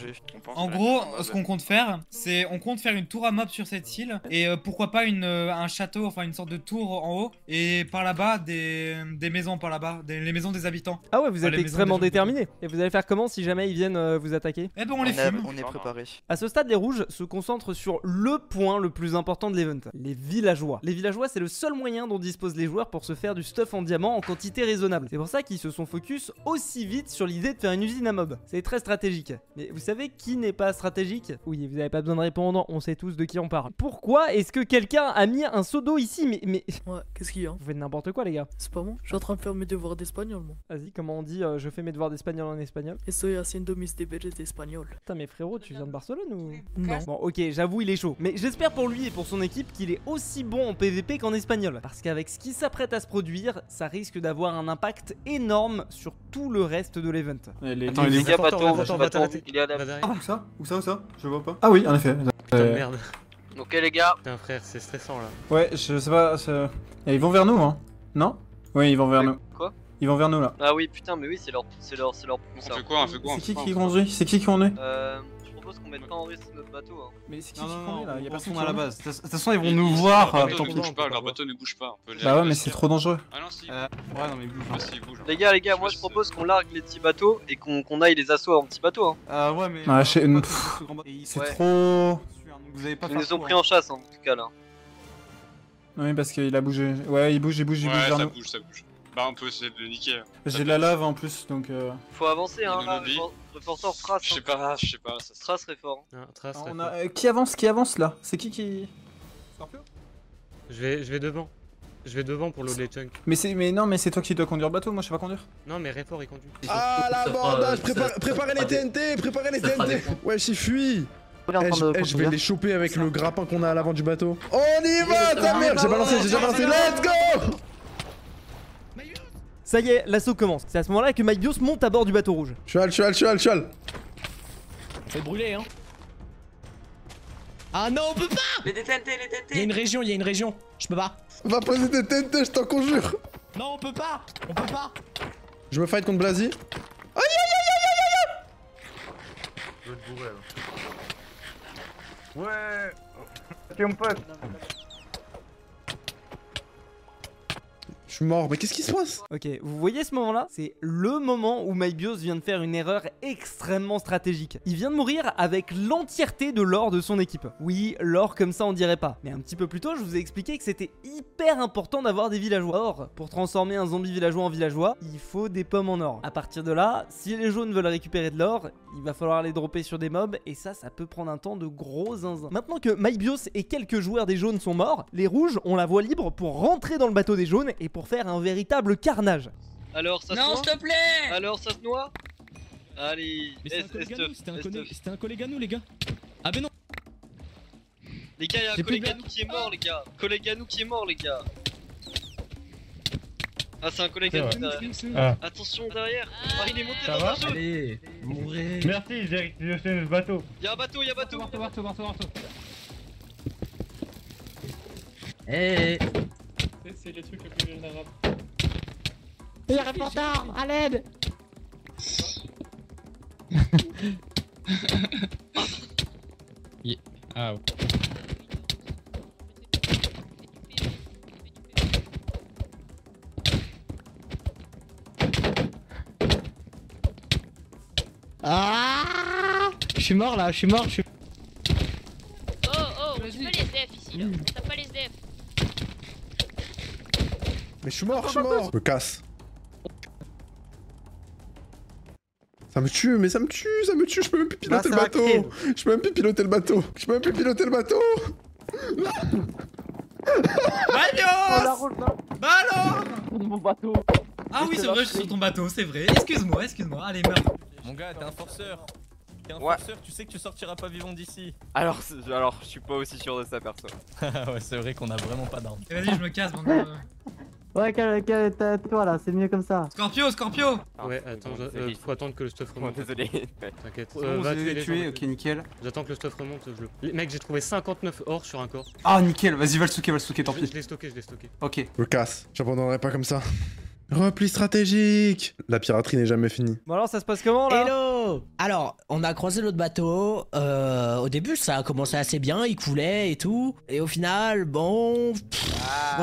En gros, ce qu'on compte faire, c'est on compte faire une tour à map sur cette île et euh, pourquoi pas une, euh, un château, enfin une sorte de tour en haut et par là-bas des, des maisons par là-bas, des- les maisons des habitants.
Ah ouais, vous
Enfin,
êtes
les maisons
extrêmement
des gens.
déterminés. Et vous allez faire comment si jamais ils viennent euh, vous attaquer
Eh ben on les
est-
fume.
on est préparé.
À ce stade, les rouges se concentrent sur le point le plus important de l'event, les villageois. Les villageois, c'est le seul moyen dont disposent les joueurs pour se faire du stuff en diamant en quantité raisonnable. C'est pour ça qu'ils se sont focus aussi vite sur l'idée de faire une usine à mobs. C'est très stratégique. Mais vous savez qui n'est pas stratégique Oui, vous n'avez pas besoin de répondre, on sait tous de qui on parle. Pourquoi est-ce que quelqu'un a mis un seau d'eau ici Mais... mais...
Ouais, qu'est-ce qu'il y a
Vous faites n'importe quoi les gars.
C'est pas moi. Je suis en train de faire mes devoirs d'espagnol, moi.
Vas-y, comment on dit euh, je fais mes devoirs d'espagnol en espagnol
Estoy haciendo mis deberes de espagnol.
Putain, mais frérot, tu viens de Barcelone ou
Non.
Bon, ok, j'avoue, il est chaud. Mais j'espère pour lui et pour son équipe qu'il est aussi bon en PvP qu'en espagnol. Parce qu'avec ce qui s'apprête à se produire, ça risque d'avoir un impact énorme sur tout le reste de l'event.
Attends, il est où
il est à la
Ah, où ça Où ça Où ça Je le vois pas. Ah oui, en effet.
Putain de
Euh,
merde.
Ok les gars.
Putain frère, c'est stressant là.
Ouais, je sais pas. c'est- Et ils vont vers nous, hein Non Oui, ils vont vers nous.
Quoi
Ils vont vers nous là.
Ah oui putain mais oui c'est leur c'est leur c'est leur On fait quoi, on fait
quoi, C'est on qui fait quoi, qui on fait conduit quoi C'est qui qui conduit
Euh je propose qu'on mette pas en risque notre bateau hein.
Mais c'est
Non, non, non,
là, y a
on
personne
retourne à
qui
la
revient.
base. De toute fa- de toute façon, ils vont nous voir.
Leur
euh,
bateau
tant
ne
pis.
bouge
pas,
leur bateau ne bouge pas. On peut les
Bah ouais, mais
ramasser.
c'est trop dangereux.
Ah non, si.
Ouais non mais bouge.
Ah, si, il bouge. hein.
Les gars les gars moi je propose qu'on largue les petits bateaux et qu'on qu'on aille les assauts en petits bateaux hein.
Ah ouais mais.
Ah, chez-
Ouais,
pff,
ce grand bateau, il-
C'est
Ouais.
trop.
Vous avez pas
Ils
fait
nous
un
ont
tour,
pris en chasse hein, en tout cas là.
Oui, parce qu'il a bougé. Ouais, il bouge, il bouge, il bouge
Ouais,
vers
ça
nous.
bouge, ça bouge. Bah, on peut essayer de le niquer.
J'ai de la lave en plus, donc. euh,
Faut avancer hein
nous
là,
l'ont dit.
refor- renforçant
hein.
trace. Je sais
pas, je sais pas.
Trace serait fort.
Ah,
trace
On a- euh, qui avance, qui avance là C'est qui qui.
Je vais, je vais devant. Je vais devant pour l'autre les chunks.
Mais c'est, mais non, mais c'est toi qui dois conduire le bateau. Moi, je sais pas conduire.
Non mais Réfort il conduit.
Ah la
euh,
bandage, prépare- préparez les TNT, préparez les TNT Wesh, il fuit Eh, je- eh, je vais les choper avec le grappin qu'on a à l'avant du bateau. On y va, ta mère J'ai balancé, j'ai déjà balancé, let's go
Ça y est, l'assaut commence. C'est à ce moment-là que Mybios monte à bord du bateau rouge.
Cheval, cheval, cheval, cheval.
Fait brûler, hein. Ah non, on peut pas
Les TNT, les TNT
Il y a une région, il y a une région. Je peux pas.
Va poser des TNT, je t'en conjure.
Non, on peut pas On peut pas
Je me fight contre Blasi. Aïe, aïe, aïe,
Je vais te bourrer là. Ouais Ok, mon pote
Je suis mort, mais qu'est-ce qui se passe
Ok, vous voyez ce moment-là C'est le moment où MyBios vient de faire une erreur extrêmement stratégique. Il vient de mourir avec l'entièreté de l'or de son équipe. Oui, l'or comme ça on dirait pas. Mais un petit peu plus tôt, je vous ai expliqué que c'était hyper important d'avoir des villageois. Or, pour transformer un zombie villageois en villageois, il faut des pommes en or. À partir de là, si les jaunes veulent récupérer de l'or, il va falloir les dropper sur des mobs et ça, ça peut prendre un temps de gros zinzin. Maintenant que MyBios et quelques joueurs des jaunes sont morts, les rouges ont la voie libre pour rentrer dans le bateau des jaunes et pour faire un véritable carnage.
Alors ça se
Non,
noie
s'il te plaît
Alors ça se noie Allez,
Mais c'est un
est-
collègue
est-
à nous, c'était un,
est-
conne- c'était un collègue à nous, les gars. Ah ben non
Les gars, il y a un
J'ai plus de
collègue à nous qui est mort, les gars. Collègue à nous qui est mort, les gars. Ah, c'est un collègue
C'est
à nous
vrai.
derrière.
Ah.
Attention derrière. Ah, il est monté
Ça
dans
va
un jaune.
Allez, mourrez
Merci, Jerry, tu as fait le bateau.
Il y a un bateau, il y a un bateau. Marteau, marteau, marteau, marteau.
Eh eh.
C'est les trucs les plus vulnérables.
Il arrive en retard, à l'aide
Ah ouais.
Ah Je suis mort là, je suis mort, je suis...
Oh oh, on tue pas les SDF ici là. On tape pas les SDF.
Mais je suis mort, je suis mort. Je me casse. Ça me tue, mais ça me tue, ça me tue, je peux même plus piloter
Bah,
le
ça
bateau.
arrive.
Je peux même plus piloter le bateau. Je peux même plus piloter le bateau.
Oh,
Oh,
Mybios Bah alors
Mon bateau
Ah oui, c'est vrai, je suis sur ton bateau, c'est vrai. Excuse-moi, excuse-moi. Allez, meurs.
Mon gars, t'es un forceur. T'es un forceur, tu sais que tu sortiras pas vivant d'ici.
Alors, c'est- alors, je suis pas aussi sûr de ça perso.
ouais, c'est vrai qu'on a vraiment pas d'armes.
Eh, Vas-y, je me casse, bande de-
Ouais, calme- calme- ta- toi là, c'est mieux comme ça.
Scorpio, Scorpio
Ouais, attends, je- euh, faut attendre que le stuff remonte.
Désolé.
T'inquiète. Euh,
Bon, vous avez
les
tué,
gens,
ok, nickel.
J'attends que le stuff remonte, je le. Les- Mec, j'ai trouvé 59 or sur un corps.
Ah, nickel, vas-y, va le stocker, va le stocker, tant
Je
pis.
l'ai stocké, je l'ai stocké.
Ok.
Je me casse, j'abandonnerai pas comme ça. Repli stratégique. La piraterie n'est jamais finie.
Bon alors ça se passe comment
là Hello Alors, on a croisé l'autre bateau. euh, au début, ça a commencé assez bien, il coulait et tout. Et au final, bon. pff,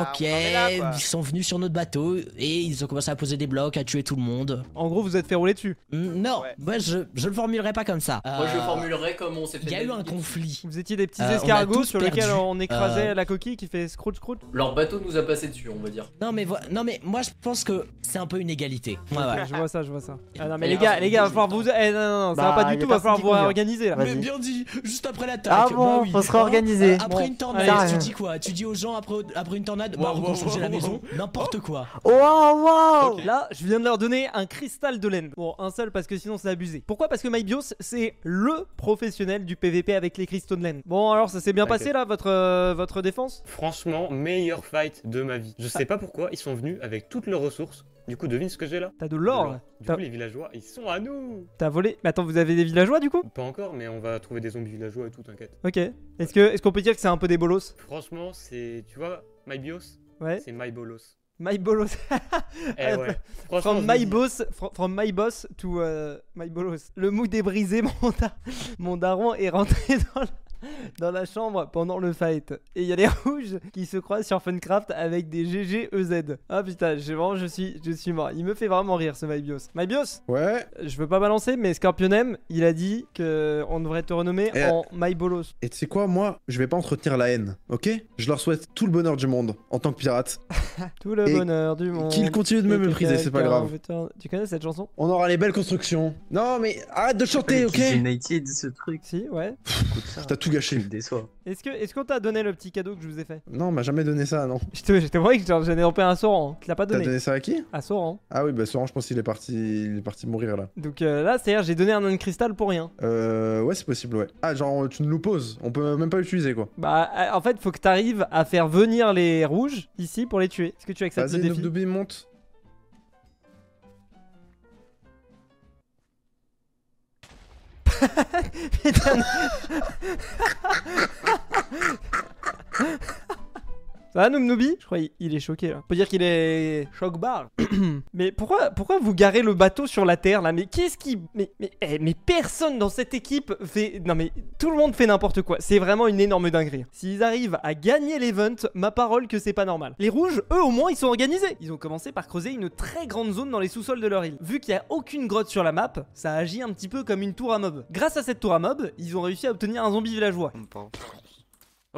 ok, Eh, ils sont venus sur notre bateau et ils ont commencé à poser des blocs, à tuer tout le monde.
En gros, vous êtes fait rouler dessus
Non, bah, moi je, je le formulerai pas comme ça.
Moi, je le
formulerai comme on s'est
fait
Il y a eu un
d'habitude.
conflit.
Vous étiez des petits
Euh, on a
escargots
tous
sur lesquels
perdu.
on écrasait
Euh,
la coquille qui fait scroot scroot.
Leur bateau nous a passé dessus, on va dire.
Non mais, voi- non, mais moi je pense que c'est un peu une égalité. Ouais, ouais.
Je vois ça, je vois ça. Ah non mais
Et
les gars,
alors,
les gars, va falloir vous. Eh non non non, ça va
Bah,
pas du
y a
tout, va
personne
falloir
qui
vous
convient.
réorganiser là.
Mais bien dit, juste après l'attaque.
Ah bon,
bah oui.
faut se réorganiser.
Euh, Après
Bon.
une
Allez.
tornade, tu dis quoi Tu dis aux gens après, après une tornade, bah
Wow, wow,
reconstruisez la
wow,
maison, n'importe quoi.
Oh, Wow, wow Là, je viens de leur donner un cristal de laine. Bon, un seul parce que sinon c'est abusé. Pourquoi Parce que MyBios, c'est le professionnel du PVP avec les cristaux de laine. Bon, alors ça s'est bien
T'inquiète.
passé là, votre, euh, votre défense
Franchement, meilleur fight de ma vie. Je sais pas pourquoi, ils sont venus avec toutes leurs ressources. Du coup, devine ce que j'ai là
T'as de l'or là.
Du
T'as-
coup, les villageois, ils sont à nous
T'as volé. Mais attends, vous avez des villageois du coup
Pas encore, mais on va trouver des zombies villageois et tout, t'inquiète.
Ok. Est-ce que est-ce qu'on peut dire que c'est un peu des bolos
Franchement, c'est. Tu vois, My Bios
Ouais.
C'est My Bolos.
My bolos.
Eh ouais. Franchement,
From
je me
my
dis-
boss, fro- from my boss to euh, my bolos. Le mou débrisé, mon, da- mon daron est rentré dans la, dans la chambre pendant le fight. Et il y a les rouges qui se croisent sur Funcraft avec des GG EZ. Ah putain, j'ai vraiment, je suis, je suis mort. Il me fait vraiment rire ce MyBios. MyBios
Ouais.
Je veux pas balancer, mais Scorpionem, il a dit que on devrait te renommer
Eh.
en MyBolos.
Et tu sais quoi, moi, je vais pas entretenir la haine, ok Je leur souhaite tout le bonheur du monde en tant que pirate.
Tout le
Et
bonheur du monde.
qu'il continue de me
Et que
mépriser, c'est pas
Oh, quelqu'un
grave.
veut te- Tu connais cette chanson
On aura les belles constructions. Non, mais arrête de chanter, ok
United, ce truc.
Si, ouais.
T'as tout gâché.
Est-ce que est-ce qu'on t'a donné le petit cadeau que je vous ai fait
Non, on m'a jamais donné ça, non.
Je te- je t'ai promis que j'en- j'en ai rompé un Soran. Tu l'as pas
T'as
donné
donné ça à qui
À Soran.
Ah oui, bah Soran, je pense qu'il est parti, il est parti mourir là.
Donc euh, là, c'est-à-dire, j'ai donné un nain de cristal pour rien.
Euh, ouais, c'est possible, ouais. Ah, genre, tu nous poses, on peut même pas l'utiliser quoi.
Bah, euh, en fait, faut que t'arrives à faire venir les rouges ici pour les tuer. Est-ce que tu acceptes
Vas-y,
le défi
Noob Doobie, monte.
Putain. Ça va, Noobnooby Je crois qu'il est choqué là. On peut dire qu'il est. choc bar. mais pourquoi, pourquoi vous garez le bateau sur la terre là Mais qu'est-ce qui. Mais, mais, eh, mais personne dans cette équipe fait. Non mais tout le monde fait n'importe quoi. C'est vraiment une énorme dinguerie. S'ils arrivent à gagner l'event, ma parole que c'est pas normal. Les rouges, eux au moins, ils sont organisés. Ils ont commencé par creuser une très grande zone dans les sous-sols de leur île. Vu qu'il n'y a aucune grotte sur la map, ça agit un petit peu comme une tour à mob. Grâce à cette tour à mob, ils ont réussi à obtenir un zombie villageois.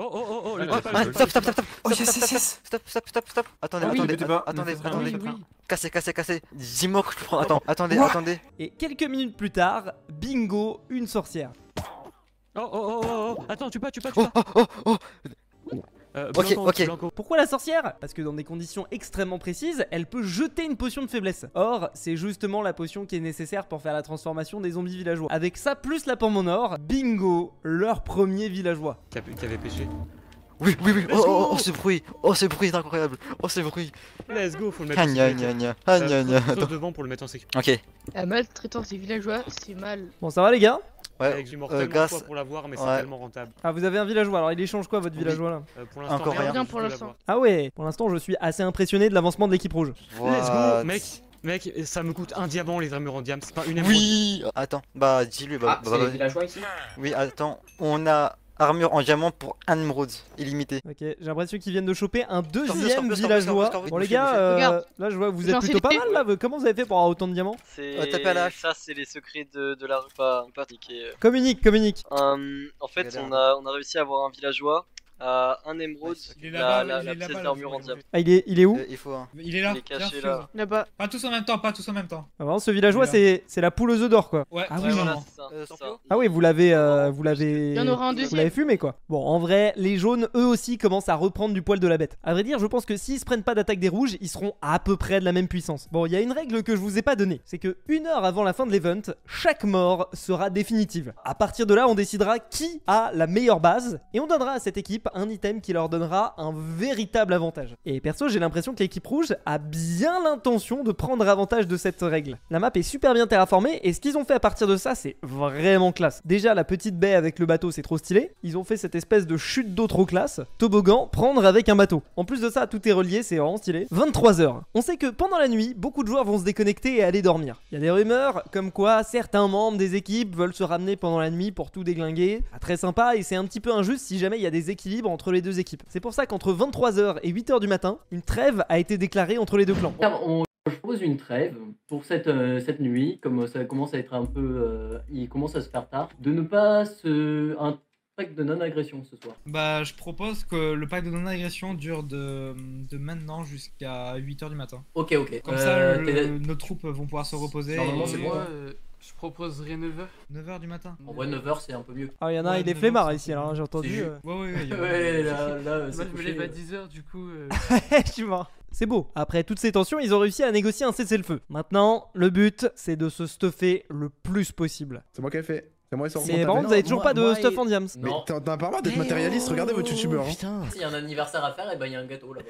Oh oh oh oh, le
Oh,
gars,
ah,
le-
stop, stop, stop, stop,
Oh,
stop,
yes,
stop,
yes, yes.
stop, stop, stop, stop, stop. Attendez,
Ah oui,
attendez,
mettez pas,
att- attendez,
mettez pas,
attendez.
mettez pas.
Cassez, cassez, cassez. Dis-moi que je prends. Attends, attendez, attendez.
Et quelques minutes plus tard, bingo, une sorcière.
Oh oh oh oh oh Attends, tu pas, tu pas, tu pas
oh,
Euh,
Ok,
Blanco,
ok.
Blanco.
Pourquoi la sorcière Parce que dans des conditions extrêmement précises, elle peut jeter une potion de faiblesse. Or, c'est justement la potion qui est nécessaire pour faire la transformation des zombies villageois. Avec ça plus la pomme en or, bingo, leur premier villageois.
Qui avait- qui avait pêché
Oui, oui, oui. Oh,
Let's
oh,
go.
oh, ce bruit. Oh, ce bruit est incroyable. Oh, ce bruit.
Let's go, faut le mettre
Ah,
en
gna, gna,
sécurité.
gna. Ah,
Euh,
gna,
faut-
gna.
faut
Attends.
se devant pour le mettre en sécurité.
Ok.
La maltraitance des villageois, c'est mal.
Bon, ça va les gars
Avec du mortel, on
euh, grâce-
le voit pour l'avoir, mais c'est
ouais.
tellement rentable.
Ah, vous avez un villageois, alors il échange quoi votre
Oui.
villageois là
Euh, pour l'instant, Encore rien, rien. rien pour l'instant.
Ah ouais, pour l'instant je suis assez impressionné de l'avancement de l'équipe rouge.
Let's go, mec Mec, ça me coûte un diamant les armures en diamant, c'est pas une émeraude.
Oui. Attends, bah, dis-lui. Bah,
Ah,
bah,
c'est
bah,
les villageois ici
Oui, attends. On a armure en diamant pour un émeraude illimité.
Ok, j'ai l'impression qu'ils viennent de choper un deuxième
Scorpio, Scorpio,
villageois.
Scorpio,
Bon les
Scorpio,
gars,
Scorpio.
euh,
Regarde.
là je vois que vous êtes
J'en
plutôt
fais
pas
des-
mal là. Comment vous avez fait pour avoir autant de diamants
Oh,
C'est
Euh, tapez à la hache.
ça, c'est les secrets de, de la rue, pas, pas euh, indiqués.
Communique, communique.
Euh, en fait, on a, on a réussi à avoir un villageois, euh, un émeraude, la,
là-bas,
la,
il
la
est
pièce
là-bas,
d'armure en diamant.
Ah, il est, il est où
Euh,
Il faut un.
Il est là,
Il est caché
bien sûr.
là.
Pas tous en même temps, pas tous en même temps.
Ah, vraiment, ce villageois, c'est c'est la poule aux œufs d'or, quoi.
Ouais,
ah,
ouais,
oui.
voilà, c'est
Euh,
ça, c'est ça.
ah oui, vous l'avez,
Oh.
euh, vous l'avez,
Il y en aura un deuxième.
vous l'avez fumé, quoi. Bon, en vrai, les jaunes, eux aussi, commencent à reprendre du poil de la bête. À vrai dire, je pense que s'ils se prennent pas d'attaque des rouges, ils seront à peu près de la même puissance. Bon, il y a une règle que je vous ai pas donnée, c'est que une heure avant la fin de l'event, chaque mort sera définitive. À partir de là, on décidera qui a la meilleure base et on donnera à cette équipe un item qui leur donnera un véritable avantage. Et perso, j'ai l'impression que l'équipe rouge a bien l'intention de prendre avantage de cette règle. La map est super bien terraformée et ce qu'ils ont fait à partir de ça, c'est vraiment classe. Déjà, la petite baie avec le bateau, c'est trop stylé. Ils ont fait cette espèce de chute d'eau trop classe. Toboggan, prendre avec un bateau. En plus de ça, tout est relié, c'est vraiment stylé. 23h. On sait que pendant la nuit, beaucoup de joueurs vont se déconnecter et aller dormir. Il y a des rumeurs comme quoi certains membres des équipes veulent se ramener pendant la nuit pour tout déglinguer. Pas très sympa et c'est un petit peu injuste si jamais il y a des équilibres entre les deux équipes. C'est pour ça qu'entre 23h et 8h du matin, une trêve a été déclarée entre les deux clans.
On, je pose une trêve pour cette, euh, cette nuit, comme ça commence à être un peu. euh, il commence à se faire tard, de ne pas se. un pacte de non-agression ce soir.
Bah, je propose que le pack de non-agression dure de, de maintenant jusqu'à 8h du matin.
Ok, ok.
Comme ça,
Euh,
le-
t'es-
nos troupes vont pouvoir se reposer.
Normalement, c'est
bon.
bon.
je proposerais 9h. 9h du matin.
En vrai, 9h, c'est un peu mieux.
Ah, il y en a,
Ouais,
il est
mais
flemmard ici, alors hein, j'ai entendu. euh.
Ouais, ouais,
ouais. Ouais, là, là, euh,
Moi,
c'est
je me
couché,
lève à
euh.
10h, du coup. euh,
Je suis mort. Eh, C'est beau. Après toutes ces tensions, ils ont réussi à négocier un cessez-le-feu. Maintenant, le but, c'est de se stuffer le plus possible.
C'est moi qui ai fait. C'est moi qui sors
C'est
mon
marrant,
tableau.
vous avez toujours pas de stuff en diams.
Mais t'en t'en as pas marre d'être matérialiste, regardez votre youtubeur. hein.
S'il y a un anniversaire à faire, et ben il y a un gâteau là-bas.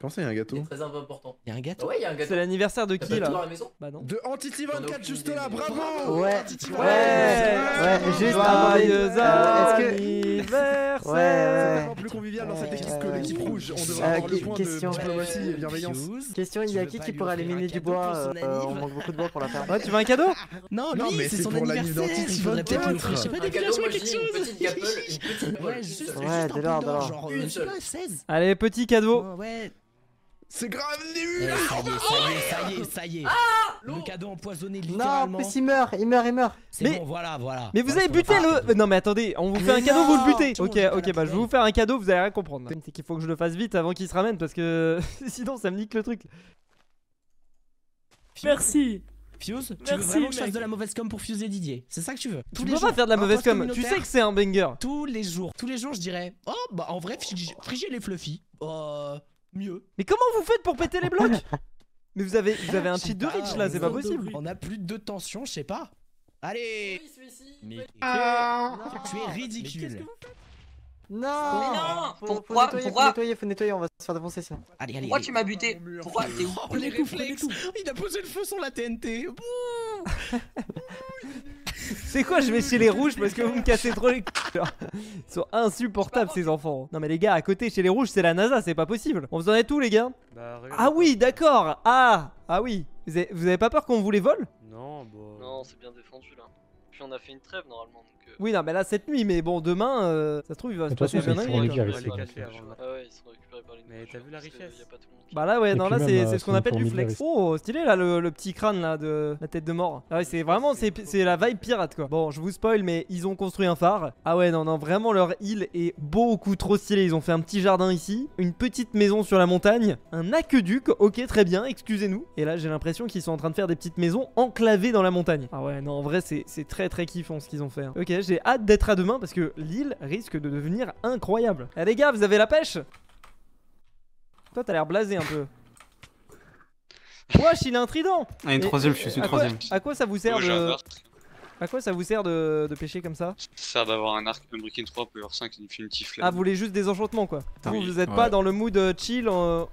Comment ça, il y a un gâteau
Très important.
Il y a un
Bah ouais, il y a un gâteau.
C'est l'anniversaire de
T'as
qui
pas
là
toujours la maison
Bah non.
De Antiti24 juste là, bravo
Ouais.
Antiti24.
Ouais. Ouais,
juste
avant les-
Joyeux
Euh, est-ce que-
anniversaire
Ouais, ouais. C'est plus convivial dans cette équipe que l'équipe rouge. On devrait
Euh,
avoir le
que-
point
question.
de diplomatie et bienveillance.
Question, il y a qui qui pourra aller miner du bois euh, euh, On manque beaucoup de bois pour la faire.
Ouais, tu veux un cadeau
Non,
Non,
lui,
mais
c'est
c'est
son
pour
anniversaire.
l'anniversaire,
Il faudrait peut-être lui offrir, je sais pas,
Un
des
gâteau,
villageois,
moi, je
quelque
dis une
chose.
petite gapelle, une petite
Ouais,
bolle.
juste, juste
Ouais,
un
de
peu
l'or, de
d'or,
l'or.
genre, euh,
Une
je sais
seule.
pas, 16.
Allez, petit cadeau.
Ouais.
C'est grave
Ouais,
nul
ça y est, ça y est, ça y est, ça y est. Le cadeau empoisonné, littéralement.
Non, en plus il meurt, il meurt, il meurt.
C'est bon, voilà, voilà.
Mais vous avez buté le. Non, mais attendez, on vous fait
Mais
un cadeau, vous le
non
butez.
Tout le
Ok,
monde jette à
ok,
la
bah je vais vous faire un cadeau, vous allez rien comprendre. C'est qu'il faut que je le fasse vite avant qu'il se ramène parce que sinon ça me nique le truc.
Merci. Fuse, tu veux
Merci,
vraiment que je fasse
mec.
de la mauvaise com pour Fuse et Didier C'est ça que tu veux
Tu peux pas faire de la
un
mauvaise
poste
com. Tu sais
communautaire.
que c'est un banger.
Tous les jours, tous les jours, je dirais Oh, bah en vrai, Frigi- Frigel les Fluffy. Euh. Mieux.
Mais comment vous faites pour péter les blocs Mais vous avez, vous avez un cheat de rich là, c'est pas possible.
On a plus de tension, je sais pas. Allez Mais
Ah.
tu es ridicule.
Non
Mais non
Faut- faut
Pourquoi-
nettoyer,
pourquoi
faut nettoyer, faut nettoyer, on va se faire défoncer sinon.
Allez, allez.
Pourquoi tu m'as buté
Ah,
Pourquoi T'es où
Oh, les réflexes Il a posé le feu sur la TNT. Bouh.
C'est quoi, je vais chez les rouges parce que vous me cassez trop les. c******. Genre, Ils sont insupportables ces enfants. Non mais les gars, à côté chez les rouges, c'est la NASA, c'est pas possible. On vous en est tout les gars
Bah, regarde.
Ah oui, d'accord. Ah, ah oui. Vous avez, vous avez pas peur qu'on vous les vole
Non, bah.
Non, c'est bien défendu là. Puis on a fait une trêve normalement. Donc, euh,
Oui, non mais là cette nuit, mais bon demain, euh, ça se trouve il va se
De toute
passer
façon,
bien hein. dingue,
ils seront
quoi.
récupérés. les cacher avant là.
Ah ouais, ils sont récupérés par les
Mais t'as vu la richesse
y a pas tout le monde.
Bah là ouais,
Et
non
puis
là
même,
c'est
euh,
c'est ce qu'on
son
appelle du
formidable
flex. Oh, stylé là le, le petit crâne là de la tête de mort. Ah ouais, c'est vraiment c'est c'est la vibe pirate quoi. Bon, je vous spoil mais ils ont construit un phare. Ah ouais, non non, vraiment leur île est beaucoup trop stylée. Ils ont fait un petit jardin ici, une petite maison sur la montagne, un aqueduc. OK, très bien, excusez-nous. Et là, j'ai l'impression qu'ils sont en train de faire des petites maisons enclavées dans la montagne. Ah ouais, non, en vrai c'est c'est très très kiffant ce qu'ils ont fait. hein. OK, j'ai hâte d'être à demain parce que l'île risque de devenir incroyable. Eh les gars, vous avez la pêche Toi, t'as l'air blasé un peu. Wesh, il a un trident
Ah, une
Mais,
troisième,
euh,
je suis
à quoi-
troisième.
À quoi ça vous sert
Ouais, j'ai un
de...
arc.
À quoi ça vous sert de, de pêcher comme ça
Ça sert d'avoir un arc Unbreaking 3, Power 5, Infinity Flame.
Ah, vous voulez juste des enchantements quoi Vous,
Oui.
vous êtes pas
Ouais.
dans le mood euh, chill, euh,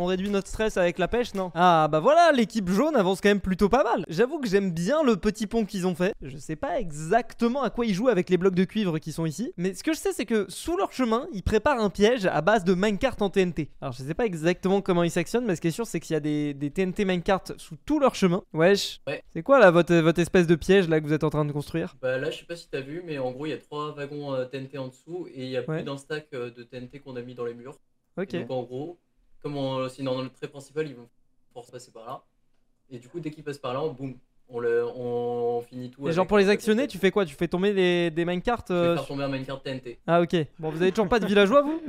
on réduit notre stress avec la pêche, non Ah bah voilà, l'équipe jaune avance quand même plutôt pas mal. J'avoue que j'aime bien le petit pont qu'ils ont fait. Je sais pas exactement à quoi ils jouent avec les blocs de cuivre qui sont ici, mais ce que je sais c'est que sous leur chemin, ils préparent un piège à base de minecart en TNT. Alors je sais pas exactement comment ils s'actionnent, mais ce qui est sûr c'est qu'il y a des, des TNT minecart sous tout leur chemin. Wesh
Ouais.
C'est quoi là votre, votre espèce de piège là que vous êtes en train de construire
Bah là, je sais pas si t'as vu, mais en gros, il y a trois wagons euh, TNT en dessous et il y a
Ouais.
plus d'un stack euh, de TNT qu'on a mis dans les murs.
Ok.
Et donc en gros, comme on- euh, c'est dans le trait principal, ils vont force passer par là. Et du coup, dès qu'ils passent par là, on boum, on, le, on finit tout.
Et genre
avec-
pour les actionner, tu fais quoi Tu fais tomber les, des minecart
Je vais
euh,
faire
sur-
tomber un minecart TNT.
Ah ok. Bon, vous avez toujours pas de villageois vous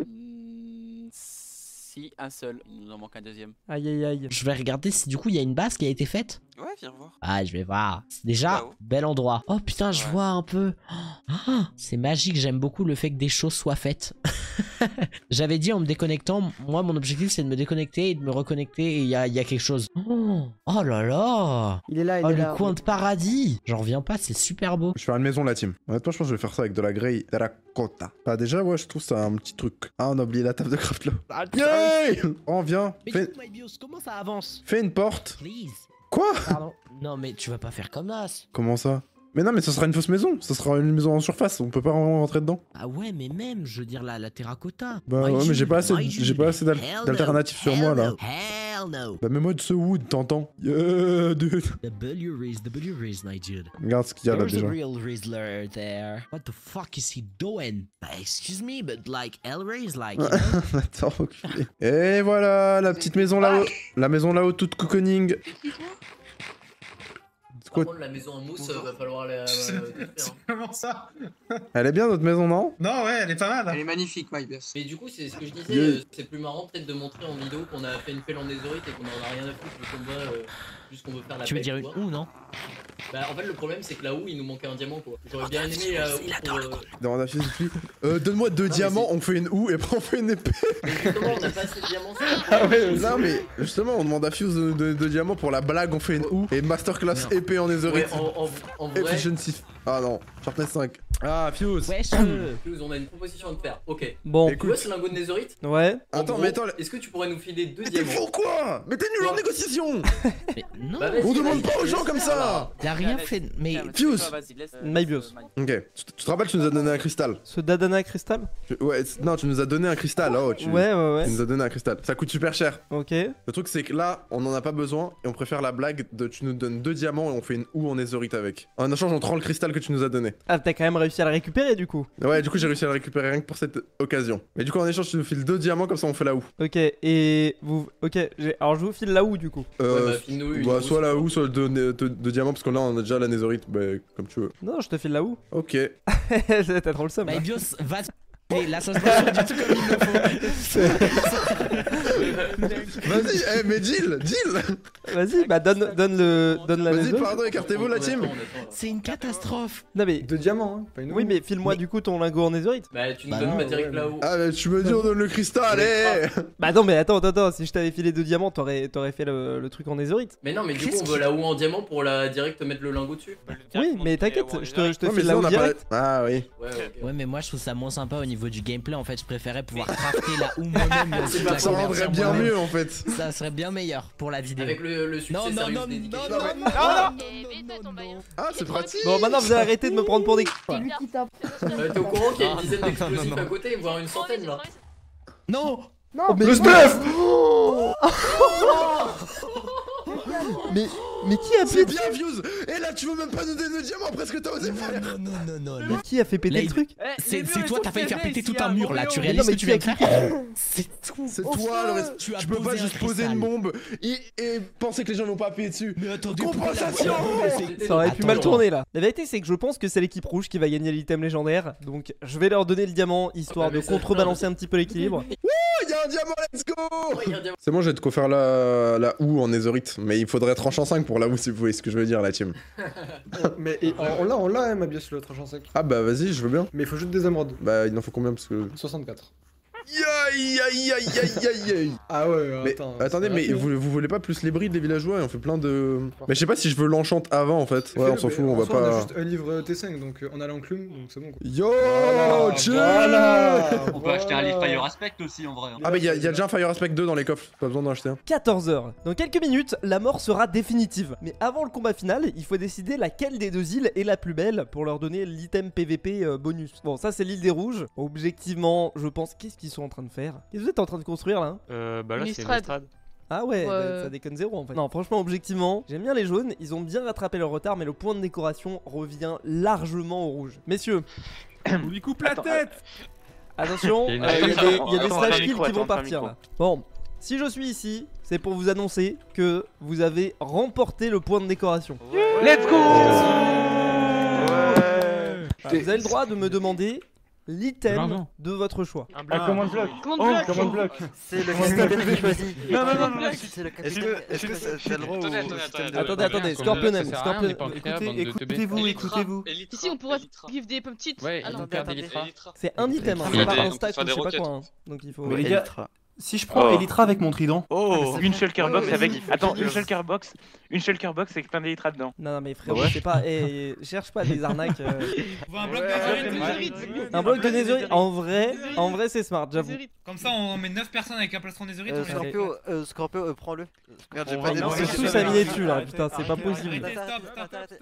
Si, un seul. Il nous en manque un deuxième.
Aïe aïe aïe.
Je vais regarder si du coup il y a une base qui a été faite.
Ouais, viens voir.
Ah, je vais voir. C'est Déjà, bel endroit. Oh putain, je vois un peu. Ah, c'est magique, j'aime beaucoup le fait que des choses soient faites. J'avais dit en me déconnectant, moi mon objectif c'est de me déconnecter et de me reconnecter et il y a, il y a quelque chose. Oh, oh là là
Il est là, il
Oh
est
le
là.
coin de paradis J'en reviens pas, c'est super beau.
Je vais faire une maison, la team. Honnêtement, je pense que je vais faire ça avec de la grey terracotta. Bah, déjà, ouais, je trouve ça un petit truc. Ah, on a oublié la table de craft là. Yay On vient. Fais,
comment ça avance
fais une porte.
Please.
Quoi
Pardon. Non mais tu vas pas faire comme as.
Comment ça Mais non, mais ça sera une fausse maison. Ça sera une maison en surface. On peut pas vraiment rentrer dedans.
Ah ouais, mais même, je veux dire la, la terracotta.
Bah
My
ouais, mais j'ai
dude,
pas assez,
my dude.
j'ai pas assez d'al-
Hell no.
d'alternatives sur
Hell
moi là.
no. Hell no.
Bah même mode ce wood, t'entends Yeah, dude.
W Riz, W Riz, my dude.
Regarde ce qu'il y a là
There's
déjà.
a real Rizzler there. What the fuck is he doing? Bah, excuse me, but like, El Riz, like, you know?
Attends, enculé. Et voilà, la petite maison là-haut. La maison là-haut, toute cocooning. C'est
Par
quoi-
contre, la maison en mousse, euh, va falloir la.
Comment ça
Elle est bien notre maison, non
Non, ouais, elle est pas mal.
Elle est magnifique, My Mais du coup, c'est ce que je disais,
Yeah.
euh, c'est plus marrant peut-être de montrer en vidéo qu'on a fait une pelle en désorite et qu'on en a rien à foutre du combat, euh, juste qu'on veut faire la
Tu veux
pelle,
dire une
vois.
ou non?
Bah, en fait, le problème, c'est que là où il nous manquait un diamant, quoi.
Ah,
J'aurais bien aimé la houe pour. euh,
Non, on a fait une euh, Donne-moi deux diamants, on fait une houe et après on fait une épée.
Justement, on a pas assez de diamants. c'est le
Ah
problème.
ouais, non mais justement on demande à Fuse de, de- de diamants pour la blague, on fait une houe et masterclass épée en
Ouais,
Netherite.
en, en, en vrai.
Efficiency. Ah non, Sharpness 5. Ah Fuse.
Fuse, on a une proposition à te faire. Ok.
Bon.
Tu vois ce lingot de Nézorite
Ouais.
Attends, mais attends,
Est-ce que tu pourrais nous filer deux
t'es
diamants
fou ou quoi Mais t'es nul en négociation
Non.
Bah, vas-y,
On demande
vas-y,
pas aux gens comme ça
Il a rien fait, mais.
Fuse
Mybios.
Ok, tu, tu te rappelles tu nous as donné un cristal
Ce Dadana Crystal
Tu- Ouais, c- non tu nous as donné un cristal, oh tu,
Ouais, ouais, ouais.
tu nous as donné un cristal. Ça coûte super cher.
Ok.
Le truc c'est que là on en a pas besoin et on préfère la blague de tu nous donnes deux diamants et on fait une houe en Netherite avec. En échange on te rend le cristal que tu nous as donné.
Ah, t'as quand même réussi à le récupérer du coup.
Ouais, du coup, j'ai réussi à le récupérer rien que pour cette occasion. Mais du coup, en échange, tu nous files deux diamants, comme ça on fait la houe.
Ok, et vous. Ok, j'ai- alors je vous file la où du coup
Euh,
bah, file-nous une
bah,
houe,
soit la houe, soit deux, né- deux- deux diamants, parce que là, on a déjà la nésorite, bah, comme tu veux.
Non, je te file la où
Ok.
T'as trop le seum. là.
Mybios, va. Et là, ça se passe pas du tout comme il le
Vas-y, eh, mais deal, deal
Vas-y, bah donne, donne le. Donne la
Vas-y,
maison.
pardon, écartez-vous, la team
faut.
C'est une catastrophe.
Non mais.
Deux diamants, hein, pas une
Oui, mais file-moi du coup ton lingot en netherite.
Bah, tu nous
Bah
donnes
non,
pas direct
ouais,
là haut
Ah, mais tu me dis, on donne le cristal, eh
Bah non, mais attends, attends, attends, si je t'avais filé deux diamants, t'aurais t'aurais fait le, le truc en netherite.
Mais non, mais du coup,
Qu'est-ce
on veut
qu'il-
la haut en diamant pour la direct mettre le lingot dessus.
Oui, mais t'inquiète, je te, je te
Ouais, mais
file la
sinon, on
où
a pas-
direct.
Ah, oui.
Ouais, ok.
Ouais, mais moi je trouve ça moins sympa au niveau du gameplay, en fait, je préférais pouvoir crafter là où moi-même. et ensuite
Ça
la
s'en rendrait
convertir
bien
moi-même.
mieux, en fait.
Ça serait bien meilleur pour la vidéo.
Avec le, le succès
non, non,
sérieux
non,
dédié.
non,
Non,
non,
mais-
non,
Ah,
Ah, c'est pratique.
Bon, bah, maintenant vous avez arrêté de me prendre pour des.
C'est lui qui tape. T'es au courant qu'il y a une dizaine d'explosifs à côté, voire une centaine là
Non
Non,
mais-
Le stuff
Mais, mais qui a
C'est bien, Views Et là, tu veux même pas nous donner de diamant parce que t'as osé faire
Non, non, non,
Mais qui a fait péter
Là,
le
il-
truc
C'est
Eh, les
c'est
murs,
toi,
ils
t'as
sont
failli faire
fermés
péter
ici,
tout un
hein,
mur là,
Roméo.
tu
Non,
réalises
mais
que
tu
tu viens
as
de faire C'est
C'est toi le reste.
Tu as
Tu peux pas
posé un
juste poser
cristal.
une bombe et, et penser que les gens vont pas appuyer dessus.
Mais attendez,
Compensation
Ça aurait pu mal tourner là. La vérité, c'est que je pense que c'est l'équipe rouge qui va gagner l'item légendaire. Donc, je vais leur donner le diamant histoire
Ah bah,
de
mais ça-
contrebalancer un petit peu l'équilibre.
Oh, y a un diamant, let's go
Il y a un diamant.
C'est bon, j'ai de quoi faire la, la OU en ésorite, mais il faudrait être en champ 5 pour la OU si vous voyez ce que je veux dire, la team.
Mais et- on on l'a, on l'a, hein, ma biosse, le tranchant 5.
Ah bah vas-y, je veux bien.
Mais il faut juste des émeraudes.
Bah, il en faut combien parce que.
64.
Aïe aïe aïe aïe aïe aïe
Ah ouais, ouais,
Mais bah,
attends.
attendez,
c'est
mais
rapide, hein.
vous, vous voulez pas plus les brides, les villageois et on fait plein de. Mais je sais pas si je veux l'enchante avant en fait. Ouais,
Fais-le,
on s'en
mais
fout, on
en
va
soi, On a
pas. Oh,
juste un livre T5, donc euh, on a l'enclume, donc c'est bon quoi.
Yo,
Voilà,
chill
voilà,
On peut acheter un livre
voilà.
Fire Aspect aussi en vrai. hein.
Ah, mais y'a y a déjà un Fire Aspect 2 dans les coffres, pas besoin d'en acheter un.
14h. Dans quelques minutes, la mort sera définitive. Mais avant le combat final, il faut décider laquelle des deux îles est la plus belle pour leur donner l'item PVP euh, bonus. Bon, ça c'est l'île des rouges. Objectivement, je pense qu'est-ce qu'ils sont en train de faire Qu'est-ce que vous êtes en train de construire là hein
Euh, bah là, c'est
Mistrad.
Mistrad.
Ah ouais,
Ouais.
bah, ça déconne zéro en fait. Non, franchement, objectivement, j'aime bien les jaunes, ils ont bien rattrapé leur retard, mais le point de décoration revient largement au rouge. Messieurs, on lui coupe la tête Attention, euh,
Il y a
il
une-
y a des, il y a des
Attends,
slash
attends,
kills
micro,
qui vont
attends,
partir
micro.
là. Bon, si je suis ici, c'est pour vous annoncer que vous avez remporté le point de décoration.
Let's go
Voilà, Vous avez le droit de me demander l'item
Bravo.
de votre choix.
Ah,
Ah,
Un command block.
Oh,
Oh,
block.
command block.
C'est le
Command
capitaine
block.
qui choisit.
Non, non, non, non.
C'est le
Est-ce que-
capitaine.
est-ce que ça-
c'est le droit
Attendez, attendez,
Attendez, attendez, Scorpion M, Scorpion écoutez- écoutez-vous, écoutez-vous.
Ici, on pourra give des petites.
Ouais,
Ah
Alors,
Elitra,
attendez,
Elitra.
attendez.
C'est un item, hein,
Il y a
c'est pas
des- on
un
peut
stack ou
faire
je
des
sais pas
roquettes.
quoi. hein. Donc il faut.
Mais les gars, si je prends
Oh.
Elytra avec mon trident.
Oh Une shulker box avec. Attends, une
shulker.
shulker box. Une shulker box avec plein d'Elytra dedans.
Non, non, mais frérot,
Ouais.
c'est pas. eh, cherche pas des arnaques. euh.
On voit un bloc de Nézorite.
Un bloc de Nézorite, en vrai, en vrai, c'est smart, j'avoue.
Comme ça, on met 9 personnes avec un plastron Nézorite.
Euh,
on les met.
Scorpio, euh, Scorpio, euh, prends-le.
Merde,
j'ai pas des On s'est tous alignés dessus, là, hein, putain, c'est pas possible.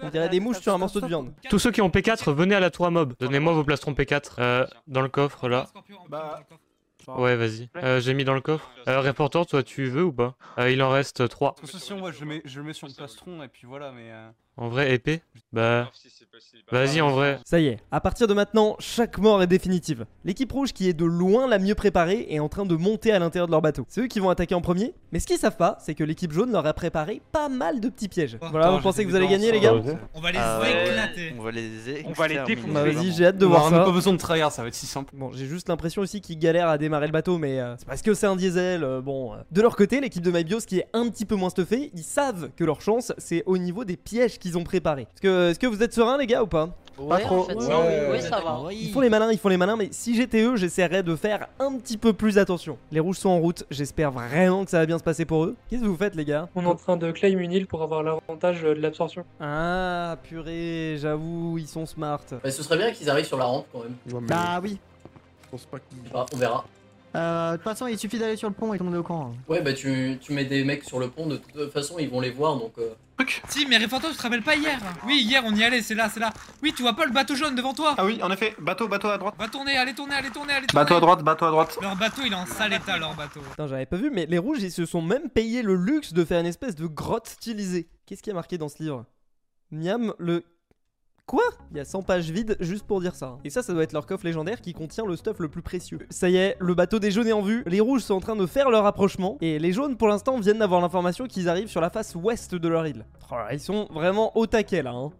On dirait des mouches sur un morceau de viande.
Tous ceux qui ont P4, venez à la tour à mob. Donnez-moi vos plastrons P4 euh, dans le coffre là.
Bah,
Ouais, vas-y. Euh, J'ai mis dans le coffre. Euh, Reporter, toi, tu veux ou pas Euh, Il en reste 3.
Parce que si on voit, je le mets, je le mets sur le plastron et puis voilà, mais. euh,
En vrai, épée Bah. Vas-y, en vrai.
Ça y est, à partir de maintenant, chaque mort est définitive. L'équipe rouge qui est de loin la mieux préparée est en train de monter à l'intérieur de leur bateau. C'est eux qui vont attaquer en premier, mais ce qu'ils savent pas, c'est que l'équipe jaune leur a préparé pas mal de petits pièges. Voilà,
Attends,
vous pensez
Oh, j'ai
que
des
vous allez gagner les gars
dents, ça.
On va les
Ah ouais.
éclater.
On va les éclater.
On va les défoncer.
Bah vas-y, j'ai hâte de voir
on
ça.
a pas besoin de trahir, ça va être si simple.
Bon, j'ai juste l'impression aussi qu'ils galèrent à démarrer le bateau, mais euh, c'est parce que c'est un diesel. euh, bon, euh. de leur côté, l'équipe de MyBios qui est un petit peu moins stuffée, ils savent que leur chance c'est au niveau des pièges qu'ils ont préparés. Est-ce que, est-ce que vous êtes serein les gars ou pas
Pas trop. Ouais, ça va.
Ils font les malins, ils font les malins, mais si j'étais eux, j'essaierais de faire un petit peu plus attention. Les rouges sont en route, j'espère vraiment que ça va bien se passer pour eux. Qu'est-ce que vous faites les gars
On est en train de claim une île pour avoir l'avantage euh, de l'absorption.
Ah purée, j'avoue, ils sont smart.
Mais ce serait bien qu'ils arrivent sur la rampe quand même.
Bah oui.
Je pense pas qu'il.
Je sais pas, on verra.
Euh, De toute façon, il suffit d'aller sur le pont et tomber au hein. camp.
Ouais, bah tu, tu mets des mecs sur le pont, de toute façon ils vont les voir donc. euh,
Si, mais Réforto, tu te rappelles pas hier Oui, hier on y allait, c'est là, c'est là. Oui, tu vois pas le bateau jaune devant toi
Ah oui, en effet, bateau, bateau à droite.
Va tourner, allez tourner, allez tourner, allez tourner.
Bateau à droite, bateau à droite.
Leur bateau, il est en sale état, leur bateau.
Putain, j'avais pas vu, mais les rouges, ils se sont même payé le luxe de faire une espèce de grotte stylisée. Qu'est-ce qui est marqué dans ce livre Miam, le. Quoi Il y a 100 pages vides juste pour dire ça. hein. Et ça, ça doit être leur coffre légendaire qui contient le stuff le plus précieux. Ça y est, le bateau des jaunes est en vue. Les rouges sont en train de faire leur approchement. Et les jaunes, pour l'instant, viennent d'avoir l'information qu'ils arrivent sur la face ouest de leur île. Oh là, ils sont vraiment au taquet là. hein.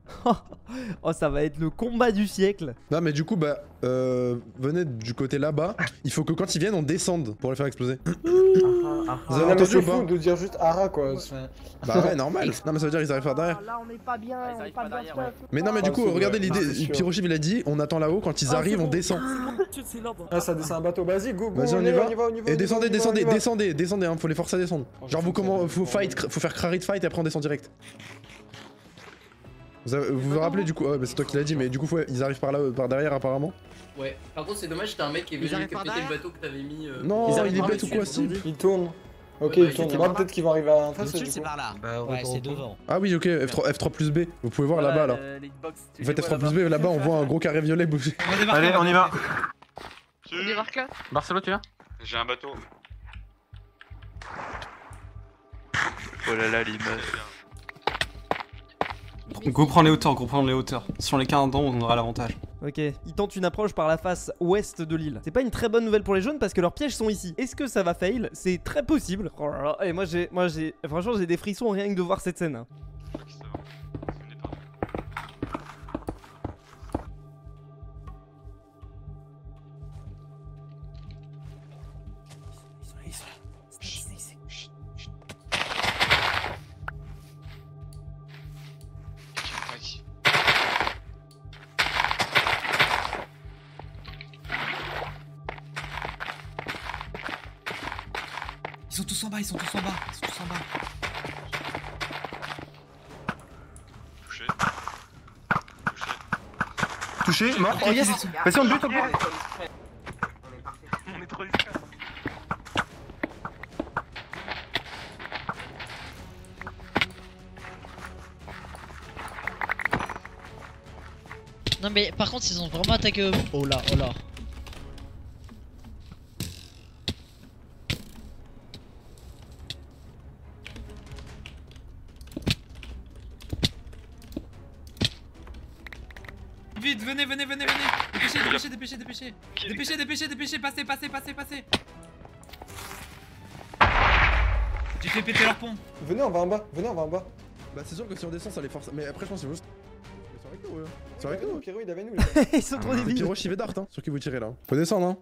oh, ça va être le combat du siècle.
Non, mais du coup, bah, euh, venez du côté là-bas. Il faut que quand ils viennent, on descende pour les faire exploser.
Ah,
Vous avez
Non, mais
entendu
c'est
ou pas
fou de dire juste Ara
Euh,
quoi. enfin.
Bah ouais, normal. Non, mais ça veut dire qu'ils arrivent par derrière.
Ah, Là, on n'est pas bien, on n'est pas bien stuff.
Mais non, mais du
Ah,
coup,
c'est
regardez
vrai. Ah, c'est
l'idée.
sûr.
Pyrochive, il a dit on attend là-haut, quand ils arrivent, on descend.
Ah, ça descend un bateau. Vas-y, go, go.
Vas-y, on y
est,
va.
on y va, on y va, on y
Et
va, on
Eh, descendez,
y va,
descendez,
on y va.
descendez, descendez, hein, faut les forcer à descendre. Genre, vous comment, faut fight, cr- faut faire crarit fight et après on descend direct. Vous avez- vous, vous rappelez du coup Ouais, bah, c'est toi qui l'as dit, mais du coup, ouais, ils arrivent par là, euh, par derrière apparemment.
Ouais, par contre, c'est dommage, t'as un mec qui est
Ils
venu
arrivent par
capter le bateau que t'avais mis. euh,
Non,
pour-
il est bête ou quoi, Sip
Il tourne. Ok,
Ouais,
il tourne.
j'étais
Bah,
pas-
peut-être qu'ils vont arriver à un face.
L'habitude, c'est par là.
Ouais, c'est devant.
Ah oui, ok, F3, F3 plus B. Vous pouvez voir là-bas là. En fait, F3
bah,
plus B, là-bas, on voit un gros carré violet bouger.
Allez, on y va.
On débarque là
Barcelo, tu viens
J'ai un bateau.
Oh là là, l'image.
Go prendre les hauteurs, go prendre les hauteurs. Si on les un dedans, on aura l'avantage.
Ok, ils tentent une approche par la face ouest de l'île. C'est pas une très bonne nouvelle pour les jaunes parce que leurs pièges sont ici. Est-ce que ça va fail C'est très possible. Oh là là, et moi j'ai, moi j'ai, franchement j'ai des frissons rien que de voir cette scène. hein.
Ils sont tous en bas, ils sont tous en bas, ils sont tous en bas.
Touché, mort.
Ok, Oh, yes.
Vas-y, on le bute, on le bute.
On est trop
Non mais par contre ils ont vraiment attaqué eux. Oh là, oh là.
Vite, venez, venez, venez, venez. Dépêchez, dépêchez, dépêchez, dépêchez. Dépêchez, dépêchez, dépêchez, passez, passez, passez, passez. J'ai fait péter leur pont.
Venez, on va en bas, venez, on va en bas. Bah, c'est sûr que si on descend, ça les force. Mais après, je pense qu'ils vont juste. Ils sont avec nous, eux. Ils sont avec nous.
Pierrot, il avait nous.
Ils sont trop
C'est Pyro Chivet d'Art, hein, sur qui vous tirez là. Faut descendre, hein.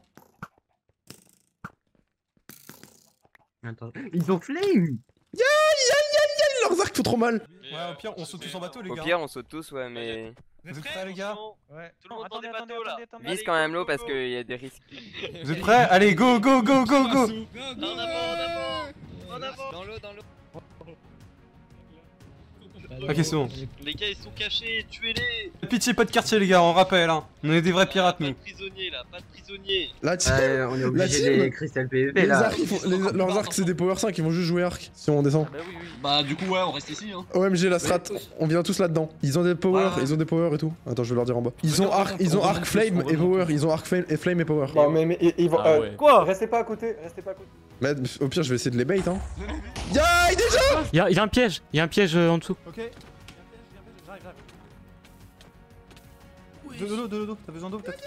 Attends.
Ils ont flame Yeah, yeah, yeah, yeah, leurs arcs font trop mal.
Ouais, au pire, on saute tous en bateau, les
Au
gars.
pire, on saute tous, ouais, mais.
Vous êtes prêts, les gars Ouais. Tout le monde dans des bateaux là.
Vise quand même l'eau parce qu'il y a des risques.
Vous êtes prêts Allez, go, go, go, go, go
En avant, en avant, en avant. Dans l'eau, dans l'eau.
Ok, c'est bon.
Les gars ils sont cachés, tuez-les.
Pitié, pas de quartier, les gars, on rappelle, hein. On est des vrais pirates, nous.
Prisonniers là, pas de prisonniers.
La team,
on est
la
obligé
team,
des cristals
PVP,
les
là.
arcs, ils font- les- leurs arcs c'est des power 5, ils vont juste jouer arc si on descend.
Bah, du coup, ouais, on reste ici, hein.
OMG la strat, on vient tous là-dedans. Ils ont des power,
Ah.
ils ont des power et tout. Attends, je vais leur dire en bas. Ils ont arc, ils ont arc flame et power, ils ont arc flame et flame et power.
Non, mais, mais ils vont.
Ah
euh,
ouais.
Quoi Restez pas à côté, restez pas à côté.
Mais au pire, je vais essayer de les bait hein. Y'a déjà
Il y a, il y a un piège, il y a un piège euh, en dessous.
Ok. De l'eau, de l'eau, t'as besoin d'eau peut-être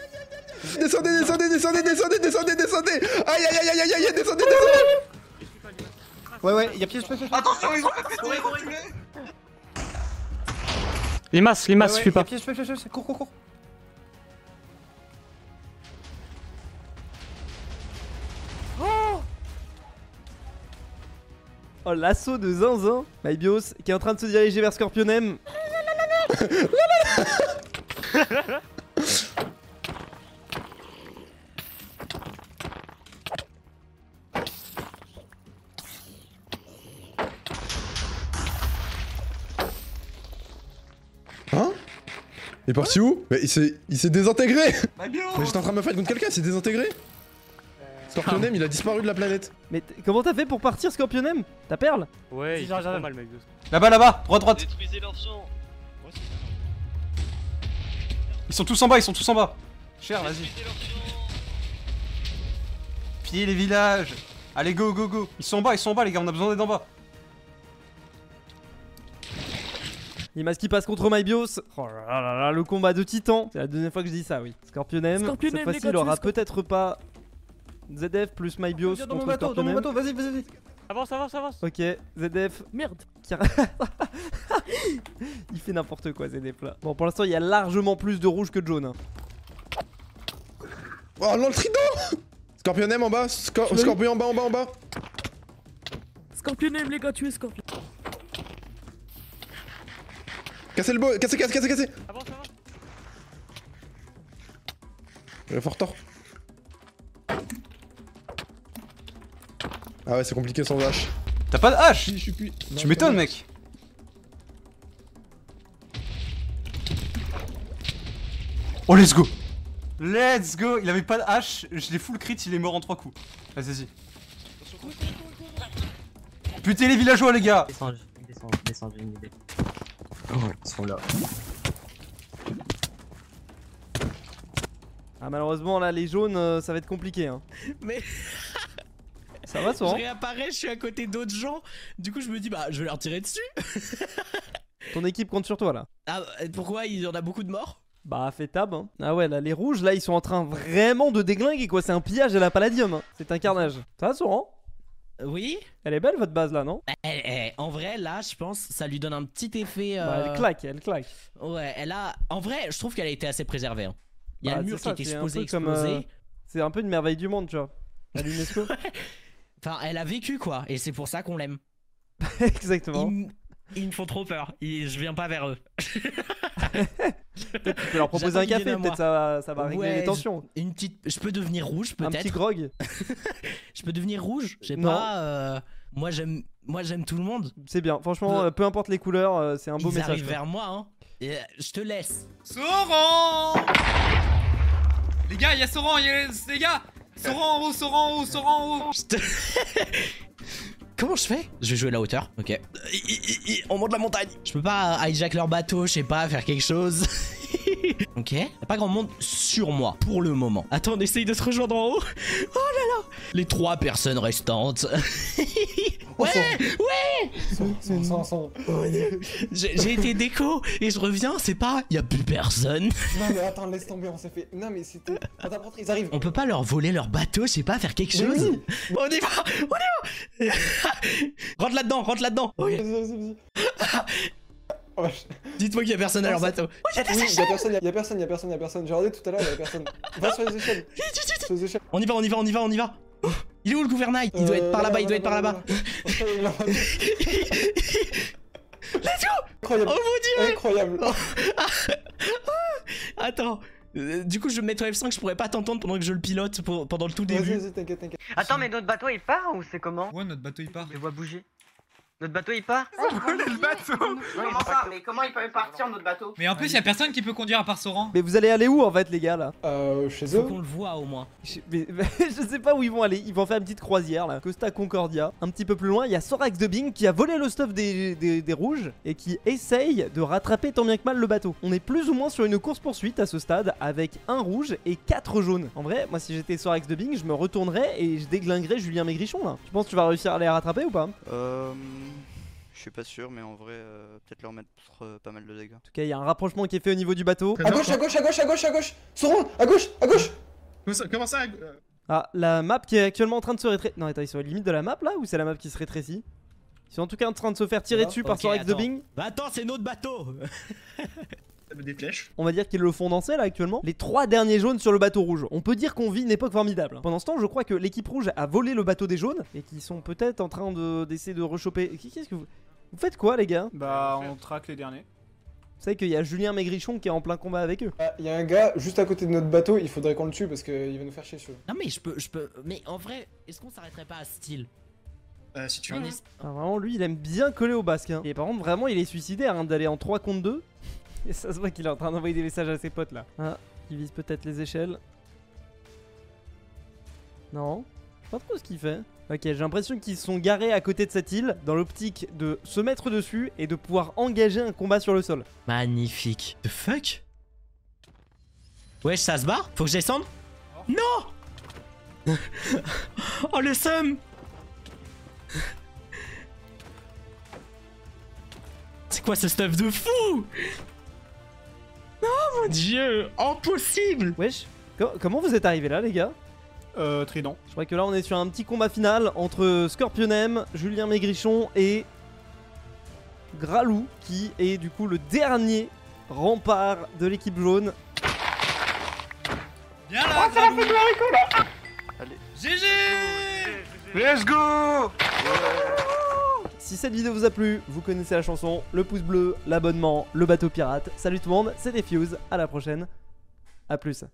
Descendez,
Ah.
descendez, descendez, descendez, descendez, descendez Aïe aïe aïe aïe aïe aïe, descendez, descendez
Ouais, ouais, y'a piège, piège, piège.
Attention, ils ont fait péter, ils ont reculé.
Les masses, les masses,
Ouais, ouais,
fuis
y'a
pas.
Piège, piège, piège, piège, cours, cours, cours.
Oh Oh l'assaut de Zinzin Mybios qui est en train de se diriger vers Scorpionem
Hein Il est parti où Mais il s'est il s'est désintégré
Bah,
Mais
bien.
j'étais en train de me fight contre quelqu'un, il s'est désintégré Scorpionem, il a disparu de la planète.
Mais t- comment t'as fait pour partir Scorpionem Ta perle
Ouais,
Si,
il
j'arrive,
fait
j'arrive.
trop mal, mec. de-
Là-bas, là-bas, droite, droite.
Détruisez leur champ.
Ils sont tous en bas, ils sont tous en bas. Cher, vas-y. Pillez les villages. Allez, go, go, go. Ils sont en bas, ils sont en bas, les gars, on a besoin d'être en bas.
Les masques qui passent contre Mybios Oh là là là là, le combat de titan C'est la deuxième fois que je dis ça oui Scorpionem,
Scorpionem,
cette
les
fois-ci
gars,
il aura
tuez Scorp-
peut-être pas ZF plus Mybios
Dans mon
contre
bateau, dans mon
Scorpionem
bateau, vas-y, vas-y, vas-y. Avance, avance, avance.
Ok, ZDF. Merde. il fait n'importe quoi, ZDF là. Bon, pour l'instant, il y a largement plus de rouge que de jaune. hein.
Oh non, le trident Scorpionem en bas, Scor-
Je l'ai eu.
Scorpion en bas, en bas, en bas
Scorpion aime les gars, tuez Scorpion.
Cassez le beau, cassez, cassez, cassez, cassez J'aurais Euh, fort tort. Ah ouais, c'est compliqué sans hache.
T'as pas de hache
Je suis plus- Non,
Tu m'étonnes,
pas de
mec.
Oh, let's go Let's go Il avait pas de hache, je l'ai full crit, il est mort en 3 coups. Vas-y, vas-y. Putain, les villageois, les gars
Descends, descends, descends, j'ai une idée. ils sont là.
Ah, malheureusement, là, les jaunes, euh, ça va être compliqué. Hein.
Mais.
Ça va, hein.
Je
Soran
réapparais, je suis à côté d'autres gens. Du coup, je me dis, bah, je vais leur tirer dessus.
Ton équipe compte sur toi, là.
Ah, euh, pourquoi Il y en a beaucoup de morts
Bah, fais tab. hein. Ah ouais, là, les rouges, là, ils sont en train vraiment de déglinguer, quoi. C'est un pillage à la palladium. hein. C'est un carnage. Ça va, Soran
Oui
Elle est belle, votre base, là, non
Eh, eh, En vrai, là, je pense, ça lui donne un petit effet.
Bah, elle
euh,
claque, elle claque.
Ouais, elle a. En vrai, je trouve qu'elle a été assez préservée. hein. Il y a
Bah,
le mur
c'est ça,
qui est
c'est un
explosé,
peu comme,
explosé.
euh, C'est un peu une merveille du monde, tu vois. À l'UNESCO.
Enfin, elle a vécu quoi, et c'est pour ça qu'on l'aime.
Exactement.
Ils, m- ils me font trop peur. Ils- je viens pas vers eux.
peut-être tu peux leur proposer
J'attends
un
qu'ils
café,
viennent à moi.
peut-être ça va, ça va régler
Ouais,
les tensions.
Je, une petite, je peux devenir rouge
Un
peut-être.
petit grog.
je peux devenir rouge. Je sais
Non.
pas. euh, moi j'aime, moi j'aime tout le monde.
C'est bien, franchement,
Euh,
euh, peu importe les couleurs, euh, c'est un beau
Ils
message.
arrivent
quoi.
vers moi. Hein. Et, euh, je te laisse.
Soran Les gars, il y a Soran, il y a les- les gars Soran en haut, Soran en haut, Soran en haut
Comment je fais Je vais jouer à la hauteur. Ok. Euh, i- i- i- On monte la montagne. Je peux pas euh, hijack leur bateau, je sais pas, faire quelque chose. ok. Y'a pas grand monde sur moi pour le moment. Attends, on essaye de se rejoindre en haut. Oh là là. Les trois personnes restantes. ouais, ouais. J'ai j'ai été déco et je reviens, c'est pas. Y a plus personne.
Non mais attends, laisse tomber, on s'est fait. Non mais c'était. Attends, après, ils arrivent.
On peut pas leur voler leur bateau, je sais pas, faire quelque
Mais
chose.
oui.
On y va, on y va. rentre là-dedans, rentre là-dedans. Ok.
Vas-y, vas-y, vas-y.
Dites-moi qu'il y a personne à leur bateau. Oh, y a des
Oui, y a
échelles.
personne, y a personne, y a personne, y a personne. J'ai regardé tout à l'heure, y a personne. Va sur les échelles. Sur les échelles.
On y va, on y va, on y va, on y va. Oh, Il est où le gouvernail Il doit être
Euh,
par là-bas, il doit être par là-bas. Let's go
Incroyable.
Oh mon dieu Oh.
Incroyable.
Attends. Euh, Du coup, je vais mettre au F5, je pourrais pas t'entendre pendant que je le pilote pour- pendant le tout
Vas-y,
début.
vas-y, t'inquiète, t'inquiète.
Attends, mais notre bateau il part ou c'est comment
Ouais, notre bateau il part.
Je les vois bouger. Notre bateau il part
le bateau
Comment ça Mais comment il peut partir notre bateau
Mais en plus, il y a personne qui peut conduire à part Soran.
Mais vous allez aller où en fait, les gars là
Euh, chez eux.
le voit au moins.
Je, mais- je sais pas où ils vont aller. Ils vont faire une petite croisière là. Costa Concordia. Un petit peu plus loin, il y a Sorax de Bing qui a volé le stuff des, des- des rouges et qui essaye de rattraper tant bien que mal le bateau. On est plus ou moins sur une course-poursuite à ce stade avec un rouge et quatre jaunes. En vrai, moi si j'étais Sorax de Bing, je me retournerais et je déglinguerais Julien Maigrichon là. Tu penses que tu vas réussir à les rattraper ou pas En
Euh. Je suis pas sûr, mais en vrai, euh, peut-être leur mettre euh, pas mal de dégâts.
tout cas, il y a un rapprochement qui est fait au niveau du bateau.
À gauche, à gauche, à gauche, à gauche, à gauche. Sauron, à gauche, à gauche.
Comment ça euh,
Ah, la map qui est actuellement en train de se rétrécir. Non, attends, ils sont à la limite de la map là ou c'est la map qui se rétrécit Ils sont en tout cas en train de se faire tirer dessus par
Ok,
Sorax de
attends.
Bing.
Bah attends, c'est notre bateau
Des flèches
On va dire qu'ils le font danser là actuellement. Les trois derniers jaunes sur le bateau rouge. On peut dire qu'on vit une époque formidable. Pendant ce temps, je crois que l'équipe rouge a volé le bateau des jaunes et qu'ils sont peut-être en train de d'essayer de rechoper. Qui- Qu'est-ce que vous vous faites quoi les gars Vous
Bah, on traque les derniers.
savez qu'il y a Julien Maigrichon qui est en plein combat avec eux.
Il Euh, y a un gars juste à côté de notre bateau, il faudrait qu'on le tue parce qu'il va nous faire chier, celui
Non mais je peux, je peux... Mais en vrai, est-ce qu'on s'arrêterait pas à style
Euh,
Hein
si
tu veux.
Ah, vraiment, lui, il aime bien coller au basque. hein. Et par contre, vraiment, il est suicidaire hein, d'aller en 3 contre 2. Et ça se voit qu'il est en train d'envoyer des messages à ses potes là. Ah, il vise peut-être les échelles. Non, je sais pas trop ce qu'il fait. Ok, j'ai l'impression qu'ils se sont garés à côté de cette île dans l'optique de se mettre dessus et de pouvoir engager un combat sur le sol.
Magnifique. The fuck Wesh, ça se barre Faut que je descende Non Oh le seum C'est quoi ce stuff de fou Oh mon dieu Impossible
Wesh, co- comment vous êtes arrivés là, les gars
Euh, Trident.
Je crois que là, on est sur un petit combat final entre Scorpion M, Julien Maigrichon et Gralou, qui est du coup le dernier rempart de l'équipe jaune.
Viens là Oh, c'est la faute de haricot là GG
Let's go
Si cette vidéo vous a plu, vous connaissez la chanson, le pouce bleu, l'abonnement, le bateau pirate. Salut tout le monde, c'était Fuse, à la prochaine, à plus.